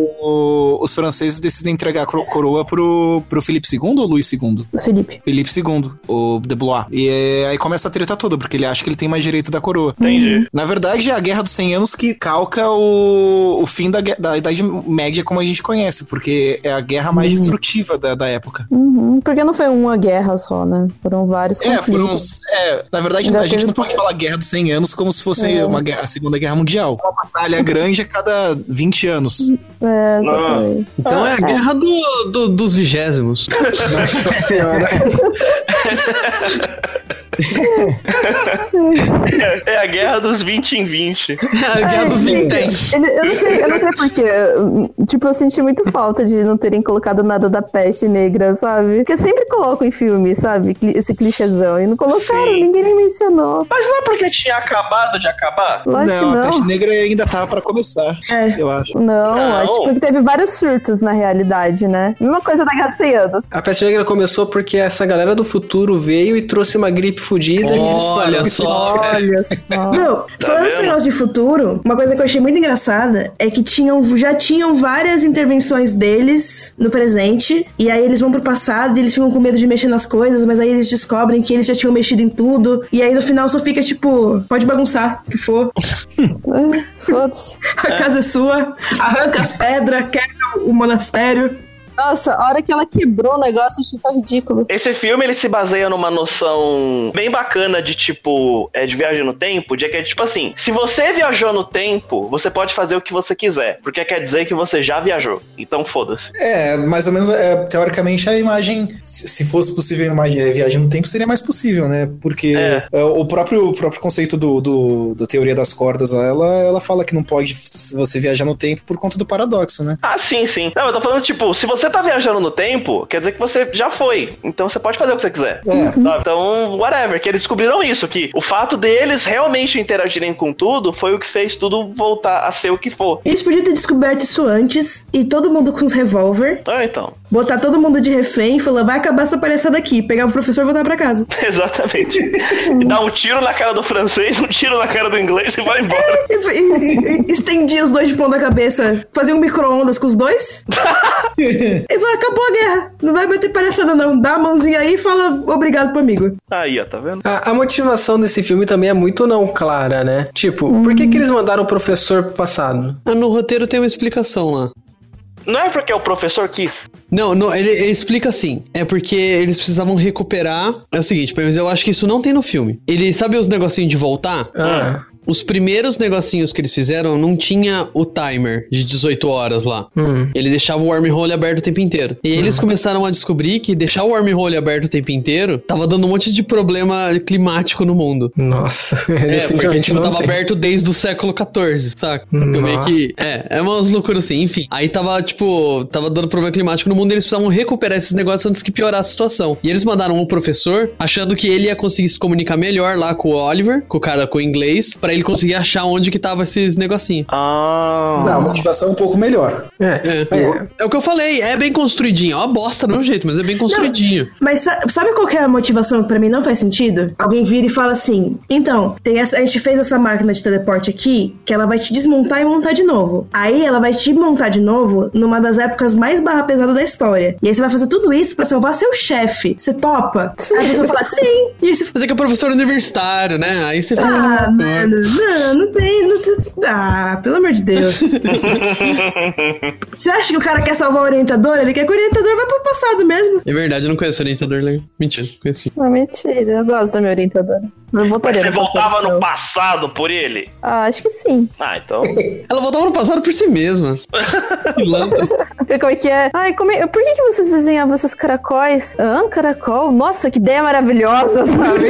S6: o- o- os franceses decidem entregar a cro- coroa pro, pro Felipe II ou Luís II?
S5: Felipe.
S6: Felipe II, o de Blois. E é, aí começa a treta toda, porque ele acha que ele tem mais direito da coroa.
S4: Entendi.
S6: Na verdade, é a Guerra dos 100 Anos que calca o, o fim da, gue- da Idade Média como a gente conhece, porque é a guerra mais destrutiva da, da época.
S5: Uhum, Porque não foi uma guerra só, né? Foram vários
S6: É,
S5: conflitos.
S6: foram uns, é, na verdade,
S5: Ainda
S6: a gente
S5: teve-
S6: não pode falar Guerra dos 100 Anos como se fosse
S5: É.
S6: uma guerra- a Segunda Guerra Mundial. Uma batalha grande a cada 20 anos.
S5: É, exatamente.
S2: Então é a guerra do- do- dos *laughs* vigésimos.
S1: Nossa
S6: *laughs*
S1: senhora.
S4: *laughs* É a guerra dos 20 em 20.
S2: É *laughs* a guerra dos vinténs.
S5: Ele- eu, não sei, eu não sei porquê. Tipo, eu senti muito falta de não terem colocado nada da peste negra, sabe? Porque sempre colocam em filme, sabe? Cli- Esse clichêzão. E não colocaram,
S4: Sim.
S5: ninguém nem mencionou.
S4: Mas não é porque tinha acabado de acabar?
S5: Lógico
S6: não, a
S5: que
S6: peste
S5: não.
S6: negra ainda tava pra começar,
S3: É.
S6: eu acho.
S5: Não,
S4: Não.
S5: é tipo que teve vários surtos na realidade, né? Mesma coisa da Guerra dos 100 anos.
S1: A peste negra começou porque essa galera do futuro veio e trouxe uma gripe fodida e eles
S2: Olha
S1: falam,
S2: só, velho.
S5: Olha só.
S3: Não, falando esse
S4: vendo?
S3: negócio de futuro, uma coisa que eu achei muito engraçada é que tinham, já tinham várias intervenções deles no presente, e aí eles vão pro passado e eles ficam com medo de mexer nas coisas, mas aí eles descobrem que eles já tinham mexido em tudo, e aí no final só fica tipo, pode bagunçar, o que for,
S5: Ah, Foda-se.
S3: a casa é sua, arranca as pedras, quebra o monastério.
S5: Nossa, a hora que ela quebrou o negócio, eu achei tão ridículo.
S4: Esse filme ele se baseia numa noção bem bacana de tipo, é de viagem no tempo, de que é tipo assim, se você viajou no tempo, você pode fazer o que você quiser, porque quer dizer que você já viajou. Então foda-se.
S6: É, mais ou menos, é, teoricamente, a imagem, se se fosse possível a imagem, é, viagem no tempo, seria mais possível, né? Porque
S4: É.
S6: é, o, próprio, o próprio conceito do, do- da teoria das cordas, ela, ela fala que não pode você viajar no tempo por conta do paradoxo, né?
S4: Ah, sim, sim. Não, eu tô falando tipo, se você tá viajando no tempo, quer dizer que você já foi. Então você pode fazer o que você quiser.
S3: Hum.
S6: É.
S4: Sabe? Então, whatever, que eles descobriram isso, que o fato deles realmente interagirem com tudo foi o que fez tudo voltar a ser o que for.
S3: Eles podiam ter descoberto isso antes, e todo mundo com os revólver,
S4: Ah, então.
S3: botar todo mundo de refém e falar, vai acabar essa palhaçada aqui, pegar o professor e voltar pra casa.
S4: *laughs* Exatamente. E dá um tiro na cara do francês, um tiro na cara do inglês e vai embora.
S3: E- e- e- Estendia os dois de pão da cabeça, fazia um micro-ondas com os dois. e falou, acabou a guerra. Não vai meter palhaçada, não. Dá a mãozinha aí e fala obrigado pro amigo.
S4: Aí, ó, *laughs* tá vendo?
S1: A, a motivação desse filme também é muito não clara, né? Tipo, por que, que eles mandaram o professor pro passado?
S2: Ah, no roteiro tem uma explicação lá.
S4: Não é porque o professor quis.
S2: Não, não, ele, ele explica assim. É porque eles precisavam recuperar. É o seguinte, mas eu acho que isso não tem no filme. Ele sabe os negocinhos de voltar?
S1: Ah,
S2: Os primeiros negocinhos que eles fizeram não tinha o timer de 18 horas lá.
S1: hum.
S2: Ele deixava o wormhole aberto o tempo inteiro. E eles começaram a descobrir que deixar o wormhole aberto o tempo inteiro tava dando um monte de problema climático no mundo.
S1: Nossa, *laughs* assim
S2: É, porque
S1: definitivamente
S2: tipo,
S1: não
S2: tava
S1: tem.
S2: aberto desde o século XIV, saca? Então meio
S1: Nossa.
S2: que. É, é umas loucuras assim, enfim. Aí tava, tipo, tava dando problema climático no mundo e eles precisavam recuperar esses negócios antes que piorasse a situação. E eles mandaram um professor achando que ele ia conseguir se comunicar melhor lá com o Oliver, com o cara com o inglês, pra ele conseguir achar onde que tava esses negocinhos.
S4: Ah.
S6: Não, a motivação é um pouco melhor.
S1: É.
S2: É. é o que eu falei, é bem construidinho. É uma bosta do meu jeito, mas é bem construidinho.
S3: Mas sa- sabe qual que é a motivação que pra mim não faz sentido? Alguém vira e fala assim: então, tem essa- a gente fez essa máquina de teleporte aqui, que ela vai te desmontar e montar de novo. Aí ela vai te montar de novo numa das épocas mais barra pesada da história. E aí você vai fazer tudo isso pra salvar seu chefe. Você topa? Aí a pessoa fala: sim. E aí você
S2: Mas é que é professor universitário, né? Aí você fala.
S3: Ah, mano, não, não tem. Não, tem- ah, pelo amor de Deus. Você acha que o cara quer salvar o orientador? Ele quer que o orientador vá pro passado mesmo.
S2: É verdade, eu não conheço orientador legal. Mentira, conheci.
S5: Ah, mentira, eu gosto da minha orientadora. Eu
S4: Mas
S5: voltaria
S4: você
S5: no passado,
S4: voltava
S5: não.
S4: no passado por ele?
S5: Ah, acho que sim. *laughs*
S4: Ah,
S6: *laughs*
S4: então.
S2: Ela voltava no passado por si mesma. Pilantra.
S5: Vê como é que é. Ai, como é- por que, que vocês desenhavam esses caracóis? Ah, caracol? Nossa, que ideia maravilhosa, *laughs* sabe?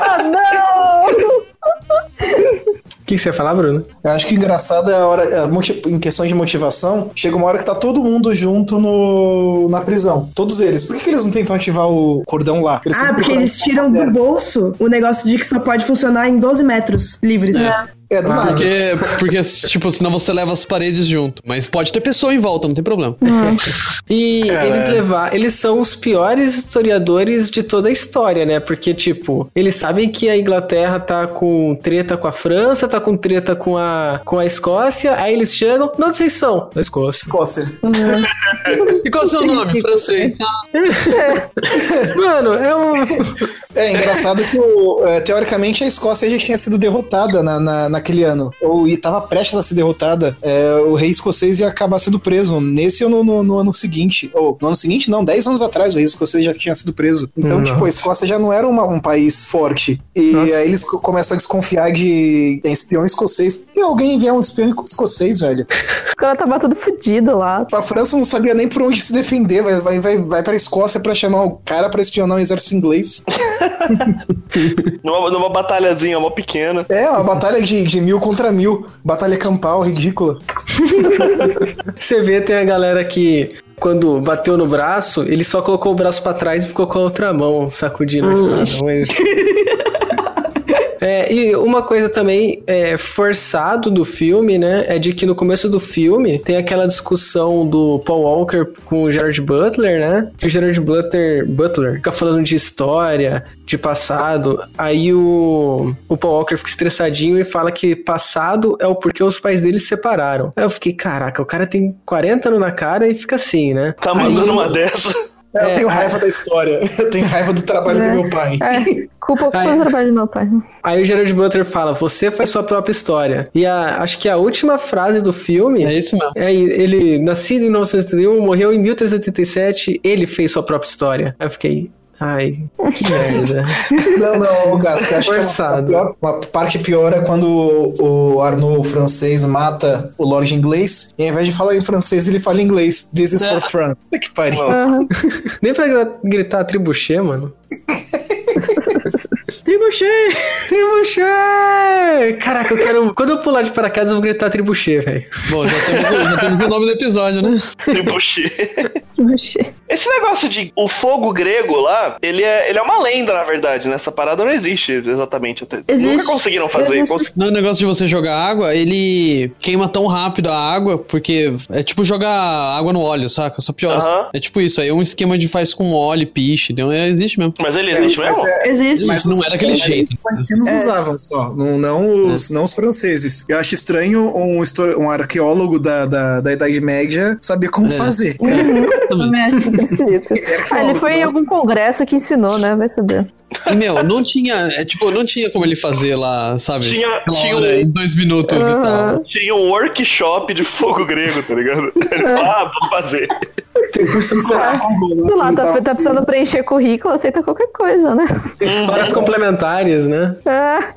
S5: ah, não!
S1: O que, que você ia falar, Bruno?
S6: Eu acho que o engraçado é a hora, a moti- em questão de motivação, chega uma hora que tá todo mundo junto no, na prisão. Todos eles. Por que, que eles não tentam ativar o cordão lá? Eles
S3: Ah,
S6: sempre
S3: porque
S6: procuram
S3: eles
S6: passar
S3: tiram do
S6: perto.
S3: bolso o negócio de que só pode funcionar em 12 metros livres.
S6: É, do
S1: Ah,
S6: nada.
S2: Porque, porque, tipo, senão você leva as paredes junto. Mas pode ter pessoa em volta, não tem problema.
S1: E
S4: Caralho.
S1: eles levar, eles são os piores historiadores de toda a história, né? Porque tipo, eles sabem que a Inglaterra tá com treta com a França, tá com treta com a com a Escócia, aí eles chegam, de onde vocês são? Da Escócia.
S6: Escócia.
S2: E qual é o seu nome? Francês. Ah,
S1: Mano, é um
S6: É engraçado que, o- é, teoricamente, a Escócia já tinha sido derrotada na, na- naquele ano. Ou e tava prestes a ser derrotada. É, o rei escocês ia acabar sendo preso nesse ou no, no- no ano seguinte. Ou no ano seguinte, não, 10 anos atrás o rei escocês já tinha sido preso. Então,
S1: Nossa.
S6: tipo, a Escócia já não era uma- um país forte. E
S1: Nossa.
S6: aí eles co- começam a desconfiar de de espião escocês. Por que alguém enviar um espião escocês, velho? Tipo,
S5: O cara tava todo fudido lá.
S6: A França não sabia nem por onde se defender. Vai, vai, vai, vai pra Escócia pra chamar o cara pra espionar o exército inglês.
S4: Numa, numa batalhazinha mó pequena.
S6: É, uma batalha de, de mil contra mil. Batalha campal, ridícula.
S1: Você vê, tem a galera que, quando bateu no braço, ele só Então, colocou o braço pra trás e ficou com a outra mão sacudindo a espada. Mas- É, e uma coisa também é, forçado do filme, né? É de que no começo do filme tem aquela discussão do Paul Walker com o Gerard Butler, né? Que o Gerard Butler, Butler fica falando de história, de passado. Aí o, o Paul Walker fica estressadinho e fala que passado é o porquê os pais dele se separaram. Aí eu fiquei, caraca, o cara tem 40 anos na cara e fica assim, né?
S4: Tá
S1: Aí-
S4: mandando uma
S6: *laughs*
S4: dessa.
S6: Eu
S1: É,
S6: tenho
S1: a-
S6: raiva da história. Eu tenho raiva do trabalho do meu pai.
S5: É, culpa
S1: Ai.
S5: pelo trabalho do meu pai.
S1: Aí o Gerard Butler fala: Você faz sua própria história. E a- acho que a última frase do filme
S2: É isso mesmo.
S1: É, ele nascido em 1931, morreu em 1387, ele fez sua própria história. Aí eu fiquei, ai, que merda.
S6: Não, não, Lucas, que eu acho
S1: Forçado.
S6: que é uma, uma parte pior é quando o, o Arnaud francês mata o Lorde inglês e ao invés de falar em francês, ele fala em inglês. This is
S5: É.
S6: for France. Puta que pariu.
S5: Aham.
S1: Nem pra gra- gritar tribuchê, mano.
S3: Tribuchê!
S1: Tribuchê! Caraca, eu quero. Quando eu pular de paraquedas, eu vou gritar tribuchê, velho.
S2: Bom, já temos, o, já temos o nome do episódio, né?
S4: Tribuchê.
S5: Oxi.
S4: Esse negócio de o fogo grego lá, ele é, ele é uma lenda, na verdade, né? Essa parada não existe exatamente. até-
S3: Existe.
S4: Nunca conseguiram fazer.
S5: Existe.
S4: Cons-
S2: Não, o negócio de você jogar água, ele queima tão rápido a água, porque é tipo jogar água no óleo, saca? Só pior.
S4: Aham.
S2: É tipo isso, aí é um esquema de faz com óleo, e piche, então é, existe mesmo.
S4: Mas ele existe
S6: Mas
S4: mesmo?
S6: é-
S3: Existe.
S2: Mas não é daquele
S6: mas
S2: jeito.
S6: Os latinos
S5: É.
S6: usavam só, não, não os, não os franceses. Eu acho estranho um, histo- um arqueólogo da, da, da Idade Média saber como
S2: É.
S6: fazer.
S5: Também acho *laughs* esquisito. Ah, ele foi em algum congresso que ensinou, né? Vai saber.
S2: E, meu, não tinha, é, tipo, não tinha como ele fazer lá, sabe?
S4: Tinha,
S2: Aquela
S4: tinha,
S6: é
S2: hora,
S4: um,
S2: em dois minutos
S5: Uhum.
S2: e tal.
S5: Aham.
S4: tinha um workshop de fogo grego, tá
S5: *laughs*
S4: ligado? ah, vou fazer.
S1: Tem curso no celular.
S5: Sei lá, Ah, tá,
S6: Então,
S5: tá precisando preencher currículo, aceita qualquer coisa, né? *laughs*
S1: Horas complementares, né?
S5: Ah,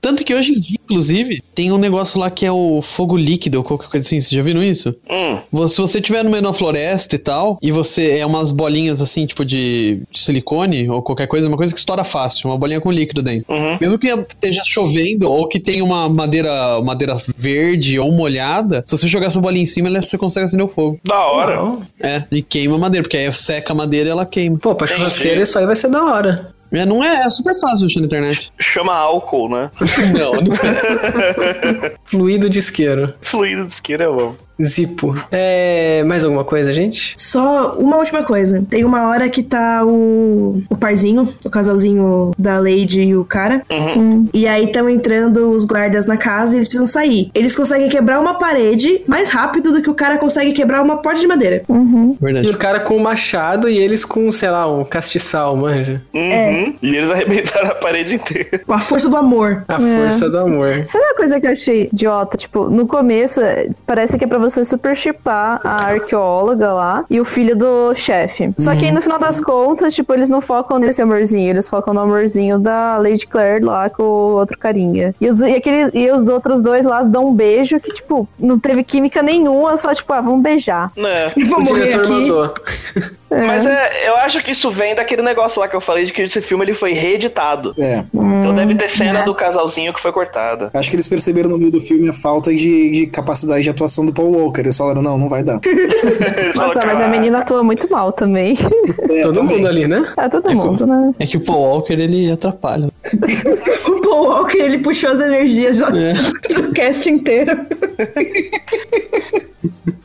S2: Tanto que hoje em dia, inclusive, tem um negócio lá que é o fogo líquido ou qualquer coisa assim. Vocês já viram isso?
S4: Hum,
S2: Vo- Se você tiver no meio da floresta e tal, e você é umas bolinhas assim, tipo de, de silicone ou qualquer coisa, uma coisa que estoura fácil, uma bolinha com líquido dentro.
S4: uhum.
S2: Mesmo que esteja chovendo ou que tenha uma madeira, madeira verde ou molhada, se você jogar essa bolinha em cima, ela- você consegue acender o fogo.
S4: Da hora.
S1: Não.
S2: É, e queima a madeira, porque aí seca a madeira e ela queima.
S1: Pô, pra churrasqueira isso aí vai ser da hora.
S2: É, não é, é super fácil achar na internet.
S4: Chama álcool, né?
S2: *laughs* não, não é.
S1: Fluido de isqueiro.
S4: Fluido de isqueira é bom.
S1: Zipo. É. Mais alguma coisa, gente?
S3: Só uma última coisa. Tem uma hora que tá o, o parzinho, o casalzinho da Lady e o cara. Hum. E aí estão entrando os guardas na casa e eles precisam sair. Eles conseguem quebrar uma parede mais rápido do que o cara consegue quebrar uma porta de madeira.
S1: E
S2: Verdade.
S1: o cara com o machado e eles com, sei lá, um castiçal, manja.
S4: Uhum.
S5: É.
S4: E eles arrebentaram a parede inteira.
S3: Com a força do amor.
S1: A força do amor.
S5: sabe uma coisa que eu achei idiota? Tipo, no começo, é, parece que é pra você super chipar a arqueóloga lá e o filho do chefe. Só que aí,
S2: Uhum.
S5: no final das contas, tipo, eles não focam nesse amorzinho, eles focam no amorzinho da Lady Claire lá com o outro carinha. E os, e aquele, e os outros dois lá dão um beijo que, tipo, não teve química nenhuma, só, tipo, ah, vamos beijar.
S4: Né?
S3: E vou
S1: O
S3: morrer
S1: diretor
S3: aqui.
S1: mandou.
S4: Mas é, eu acho que isso vem daquele negócio lá que eu falei de que esse filme ele foi reeditado.
S6: é.
S5: Hum,
S4: Então deve ter
S5: né?
S4: cena do casalzinho que foi cortada.
S6: Acho que eles perceberam no meio do filme a falta de, de capacidade de atuação do Paul Walker. Eles falaram, não, não
S1: *laughs*
S6: vai dar.
S4: Eles
S5: Nossa,
S4: falaram,
S5: mas a
S4: "Cara,
S5: menina atua muito mal também. *laughs*
S6: É,
S1: Todo
S6: também.
S1: mundo ali, né?
S5: Ah, todo mundo, né?
S2: É que o Paul Walker, ele atrapalha.
S3: O Paul Walker, ele puxou as energias do,
S2: É.
S3: do *laughs* cast inteiro.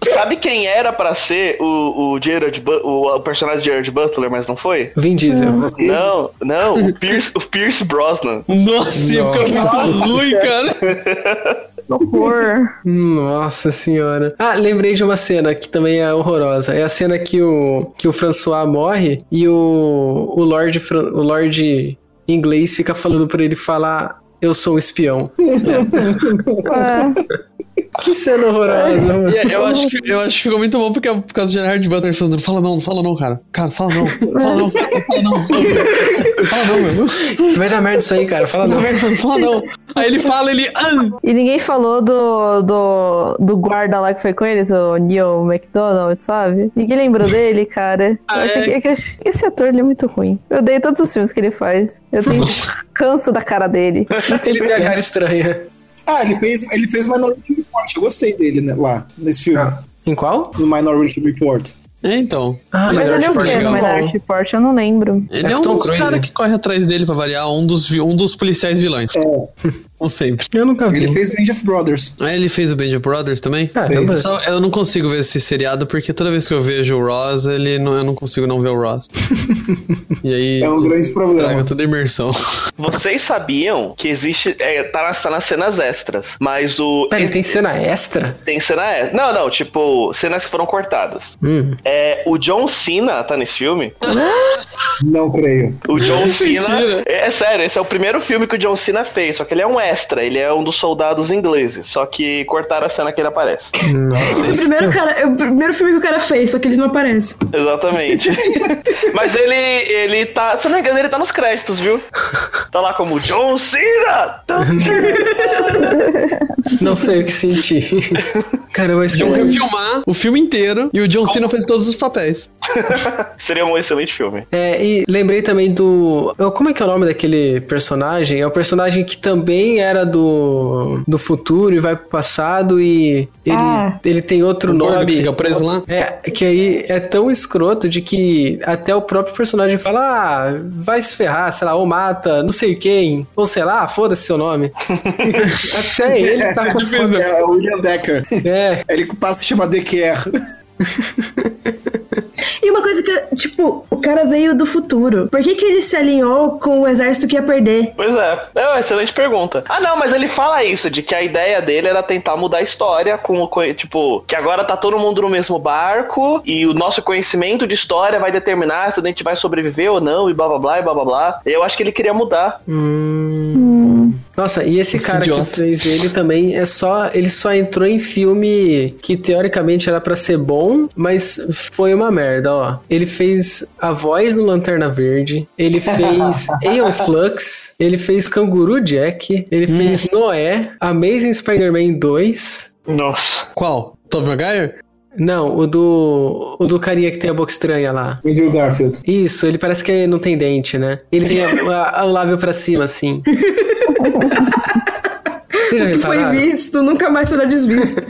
S4: Sabe quem era pra ser o, o Gerard Bu- o, o personagem de Gerard Butler, mas não foi?
S1: Vin Diesel.
S6: Você-
S4: Não, não,
S5: *laughs*
S4: o Pierce, o Pierce Brosnan.
S2: Nossa, ia ficar muito é ruim, cara.
S5: Horror.
S1: Nossa senhora. Ah, lembrei de uma cena que também é horrorosa. É a cena que o, que o François morre e o, o, Lorde, Fran- o Lorde inglês fica falando pra ele falar eu sou um espião. *laughs*
S2: um
S5: É.
S1: Que cena horrorosa, mano.
S2: *laughs* E é- eu, acho que, eu acho que ficou muito bom porque é por causa do Gerard Butler falando, fala não, não fala não, cara. Cara, fala não, fala não, cara, fala não, fala não, fala não, meu.
S1: Vai dar merda isso aí, cara. Fala
S2: Fala
S1: não.
S2: não, fala não. Aí ele fala, ele. "Ah!"
S5: E ninguém falou do, do, do guarda lá que foi com eles, o Neil McDonald, sabe?
S3: *laughs*
S5: Ninguém lembrou dele, cara. Eu
S2: Ah,
S5: acho
S2: é?
S5: que- é que eu acho- esse ator ele é muito ruim. Eu odeio todos os filmes que ele faz. Eu tenho canso da
S3: *laughs*
S5: cara dele. Não sei
S1: Ele tem a
S5: porquê.
S1: cara estranha.
S6: Ah, ele fez, ele
S1: Ah.
S6: fez Minority Report. Eu gostei dele né, lá, nesse filme.
S1: Em qual?
S6: No Minority Report.
S2: É, então.
S1: Ah,
S5: Mas
S1: melhor
S5: ele é o
S1: esporte
S5: quê no
S1: legal.
S5: Minority Report? Eu não lembro.
S2: Ele é,
S1: É
S2: um
S1: o Tom
S2: dos
S1: Cruise,
S2: caras
S1: né?
S2: que corre atrás dele pra variar, um dos, vi- um dos policiais vilões.
S6: É.
S2: Como sempre.
S1: Eu nunca vi.
S6: Ele fez Band of Brothers.
S2: Ah, ele fez o Band of Brothers também?
S1: Caramba.
S2: Só- eu não consigo ver esse seriado porque toda vez que eu vejo o Ross, ele não, eu não consigo não ver o *laughs* Ross. e aí
S6: É um grande
S2: traga
S6: problema.
S2: toda a imersão.
S4: Vocês sabiam que existe. É, tá, nas, tá nas cenas extras, mas o.
S1: Pera, ele tem cena extra?
S4: Tem cena extra. Não, não, tipo, cenas que foram cortadas.
S1: Hum.
S4: É, o John Cena tá nesse filme.
S6: Não creio.
S4: O John
S2: Mentira.
S4: Cena. É, sério, esse é o primeiro filme que o John Cena fez, só que ele é um extra, ele é um dos soldados ingleses. Só que cortaram a cena que ele aparece.
S3: Esse é o primeiro, cara, é o primeiro filme que o cara fez, só que ele não aparece.
S4: Exatamente. Mas ele, ele tá. Se eu não me engano, ele tá nos créditos, viu? Tá lá como John Cena!
S1: Não sei o que *laughs* senti. Caramba, eu
S2: Eu fui
S6: É.
S1: esqueci.
S2: filmar o filme inteiro e o John Cena fez todos os papéis.
S4: Seria um excelente filme.
S1: É, e lembrei também do. eu- Como é que é o nome daquele personagem? É o personagem que também era do, do futuro e vai pro passado e ele,
S3: Ah.
S1: ele tem outro
S2: O gordo que
S1: nome.
S2: fica preso lá.
S1: É, que aí é tão escroto de que até o próprio personagem fala, ah, vai se ferrar, sei lá, ou mata, não sei quem, ou sei lá, foda-se seu nome. até ele
S6: *laughs*
S1: tá com foda.
S6: É o William Decker.
S1: É,
S6: Ele passa a chamar DQR.
S3: E uma coisa que, tipo, o cara veio do futuro. Por que, que ele se alinhou com o exército que ia perder?
S4: Pois é. É uma excelente pergunta. Ah, não, mas ele fala isso, de que a ideia dele era tentar mudar a história com o. co- Tipo, que agora tá todo mundo no mesmo barco e o nosso conhecimento de história vai determinar se a gente vai sobreviver ou não e blá blá blá e blá blá blá. Eu acho que ele queria mudar.
S1: Nossa, e esse
S2: Esse
S1: cara
S2: idiota.
S1: que fez ele também é só. Ele só entrou em filme que teoricamente era pra ser bom, mas foi uma merda, ó. Ele fez A Voz do Lanterna Verde,
S3: *laughs*
S1: ele fez Aeon Flux, ele fez Canguru Jack, ele
S3: Hum.
S1: fez Noé, Amazing Spider-Man 2.
S4: Nossa.
S2: Qual? Tobey Maguire?
S1: Não, o do. O do carinha que tem a boca estranha lá.
S6: Andrew Garfield.
S1: Isso, ele parece que não tem dente, né? Ele tem a- a- o lábio pra cima,
S3: *laughs*
S1: assim. Vocês já
S3: o que foi
S1: repararam?
S3: visto nunca mais será desvisto.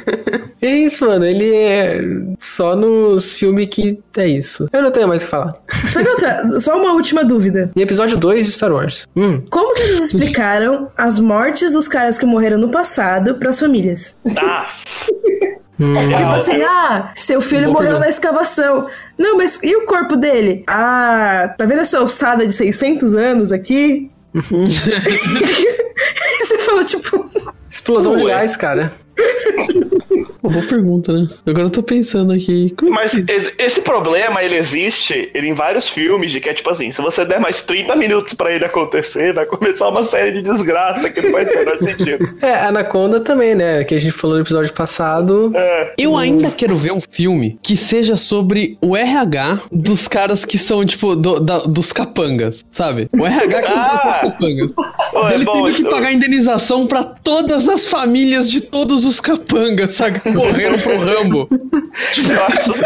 S1: É isso, mano. Ele é só nos filmes que é isso. Eu não tenho mais o que falar.
S3: Sabe outra? Só uma última dúvida.
S1: E episódio 2 de Star Wars. Hum.
S3: Como que eles explicaram as mortes dos caras que morreram no passado pras famílias?
S2: *laughs*
S4: Ah!
S3: Tipo
S4: Ah,
S3: assim, ah, seu filho
S2: Boa
S3: morreu
S2: pergunta.
S3: na escavação. Não, mas e o corpo dele? Ah, tá vendo essa ossada de 600 anos aqui?
S5: Uhum.
S3: E *laughs* Você fala, tipo,
S1: Explosão de
S4: Ué.
S1: gás, cara.
S2: Pô, boa pergunta, né? Agora eu tô pensando aqui. Como-
S4: Mas es- esse problema, ele existe ele em vários filmes, de que é tipo assim, se você der mais 30 minutos pra ele acontecer, vai começar uma série de desgraça que não faz o menor sentido.
S1: É, Anaconda também, né? Que a gente falou no episódio passado.
S4: É.
S2: Eu ainda quero ver um filme que seja sobre o RH dos caras que são, tipo, do- da- dos capangas, sabe? O RH que contratou *laughs*
S4: Ah!
S2: os capangas.
S4: Pô, é
S2: Ele
S4: bom,
S2: teve que
S4: eu-
S2: pagar indenização pra todas as famílias de todos os capangas, sabe? Que morreram pro Rambo.
S4: eu acho-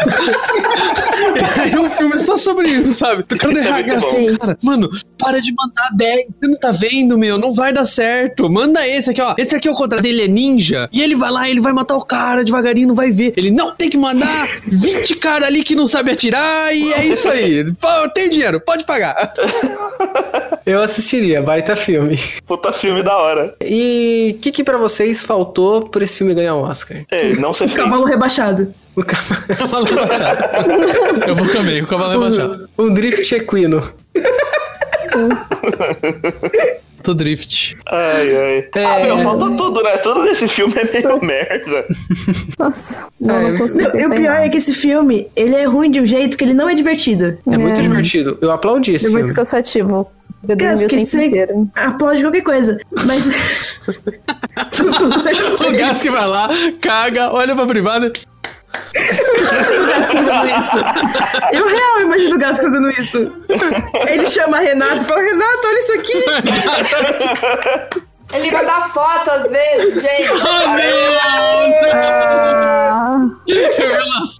S2: É um filme só sobre isso, sabe? Tu cara do
S4: Isso é muito
S2: RH assim, cara, mano, para de mandar 10, você não tá vendo, meu, não vai dar certo. Manda esse aqui, ó. Esse aqui é o contrato dele, é ninja. E ele vai lá, ele vai matar o cara devagarinho, não vai ver. Ele não tem que mandar 20 caras ali que não sabe atirar e é isso aí. Pô, Tem dinheiro, pode *laughs* pagar.
S1: Eu assistiria, baita filme.
S4: um Puta filme da hora.
S1: E o que, que pra vocês faltou por esse filme ganhar um Oscar?
S4: É, não ser feito.
S3: um cavalo rebaixado.
S1: O ca-
S2: Cavalo é baixado. Eu vou também, o cavalo é baixado.
S1: *laughs* um drift equino.
S2: Tô drift.
S4: Ai, ai. Ah,
S1: É.
S4: meu, falta tudo, né? Tudo desse filme é meio merda.
S5: Nossa, não, não consigo
S3: Meu, e
S5: pensar
S3: o
S5: em
S3: pior
S5: nada.
S3: é que esse filme, ele é ruim de um jeito que ele não é divertido.
S1: É muito divertido. Eu aplaudi esse
S5: É muito
S1: filme.
S5: cansativo. Eu
S3: Cara,
S5: dormi o tempo
S3: você
S5: inteiro.
S3: aplaude qualquer coisa,
S5: *laughs*
S3: mas... *laughs* Tudo, mas-
S2: O gás que vai lá, caga, olha pra privada.
S3: o Gás tá fazendo isso. Eu real imagino o Gás fazendo isso. Ele chama Renato e fala, Renato, olha isso aqui.
S2: Oh,
S8: Ele manda foto às vezes, gente.
S2: Ah, meu!
S5: Ah,
S2: Revelações.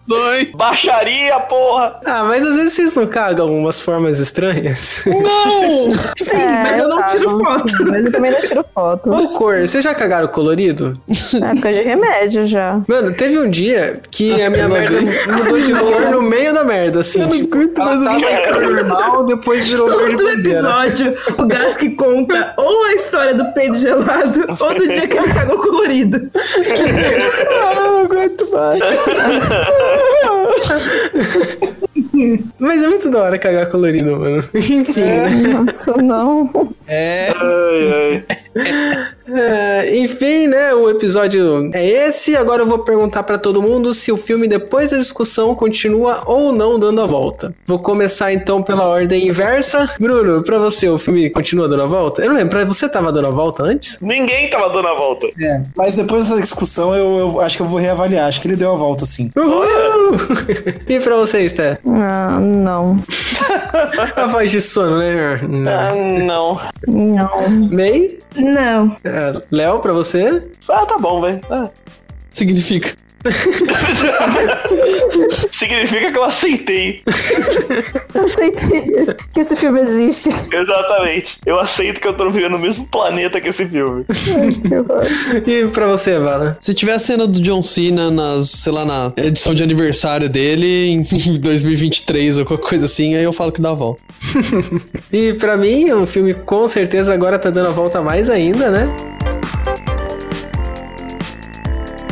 S4: Baixaria, porra!
S1: Ah, mas às vezes vocês não cagam umas formas estranhas.
S4: Uh.
S2: Não!
S3: Sim,
S5: É,
S3: mas eu não
S5: tá,
S3: tiro
S5: não-
S3: foto.
S5: Mas eu também não tiro
S3: *laughs*
S5: foto.
S1: Ou *laughs* cor, vocês já cagaram colorido?
S5: É época de remédio já.
S1: Mano, teve um dia que a minha
S2: Eu não
S1: merda mudou de cor no meio da merda, assim. Eu não aguento mais normal, depois virou verde
S3: Todo
S1: bandeira.
S3: episódio, o Gás que conta ou a história do peido gelado ou do dia que ele cagou colorido.
S1: Mas é muito da hora cagar colorido, mano. *laughs* Enfim, né?
S5: Nossa, não.
S2: É.
S4: Ai, ai.
S1: É, enfim, né? O episódio é esse. Agora eu vou perguntar pra todo mundo se o filme, depois da discussão, continua ou não dando a volta. Vou começar então pela ordem inversa. Bruno, pra você, o filme continua dando a volta? Eu não lembro, pra você tava dando a volta antes?
S4: Ninguém tava dando a volta.
S6: É, mas depois dessa discussão eu, eu acho que eu vou reavaliar. Acho que ele deu a volta, sim.
S1: Uhul! *laughs* e pra você, Sté?
S5: Ah, não.
S1: A voz de sono, né? Não.
S4: Ah, não.
S5: Não.
S1: May?
S3: Não.
S1: É, Léo, pra você?
S4: Ah, tá bom, velho. Ah.
S2: Significa.
S4: *laughs* Significa que eu aceitei.
S5: Eu aceitei que esse filme existe.
S4: Exatamente. Eu aceito que eu tô vivendo no mesmo planeta que esse filme.
S5: Que horror.
S1: E pra você, Vala?
S2: Se tiver a cena do John Cena nas, sei lá, na edição de aniversário dele em *laughs* 2023 ou qualquer coisa assim, aí eu falo que dá a volta.
S1: E pra mim, o filme com certeza agora tá dando a volta mais ainda, né?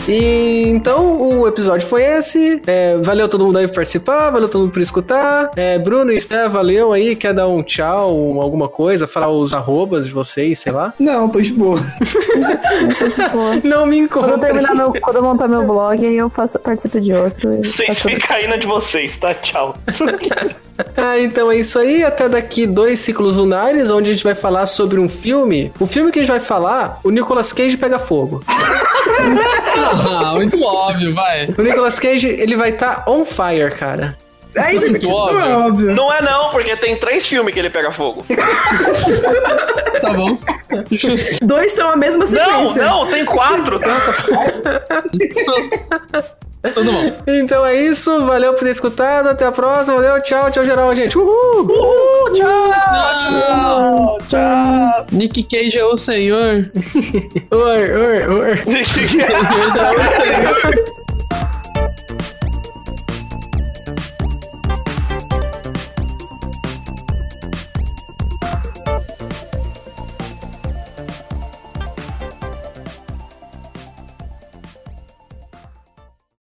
S1: E então o episódio foi esse. É, valeu todo mundo aí por participar, valeu todo mundo por escutar. É, Bruno e Sté, valeu aí. Quer dar um tchau, um- alguma coisa, falar os arrobas de vocês, sei lá.
S6: Não, tô de boa.
S1: Não me
S5: Quando eu
S1: encontra.
S5: terminar meu. Quando eu montar meu blog, aí eu faço, participo de outro. e
S4: Vocês
S5: faço-
S4: ficam aí na de vocês, tá? Tchau.
S1: *laughs* Ah, então é isso aí. Até daqui dois ciclos lunares, onde a gente vai falar sobre um filme. O filme que a gente vai falar, o Nicolas Cage pega fogo.
S2: *laughs* Ah, muito óbvio, vai.
S1: O Nicolas Cage, ele vai estar on fire, cara.
S3: Ainda
S2: Muito óbvio.
S3: tipo, óbvio.
S4: Não é não, porque tem três filmes que ele pega fogo.
S2: Tá bom. Justo.
S3: Dois são a mesma
S4: Não,
S3: sequência.
S4: não, tem quatro.
S2: Tudo bom.
S1: Então é isso, valeu por ter escutado, até a próxima, valeu, tchau, tchau geral, gente. Uhul!
S4: Uhul,
S2: Tchau.
S4: tchau, tchau.
S2: Nick Cage *laughs* é o senhor.
S1: Ur, ur, ur.
S4: Deixa que...
S2: Ele é o senhor.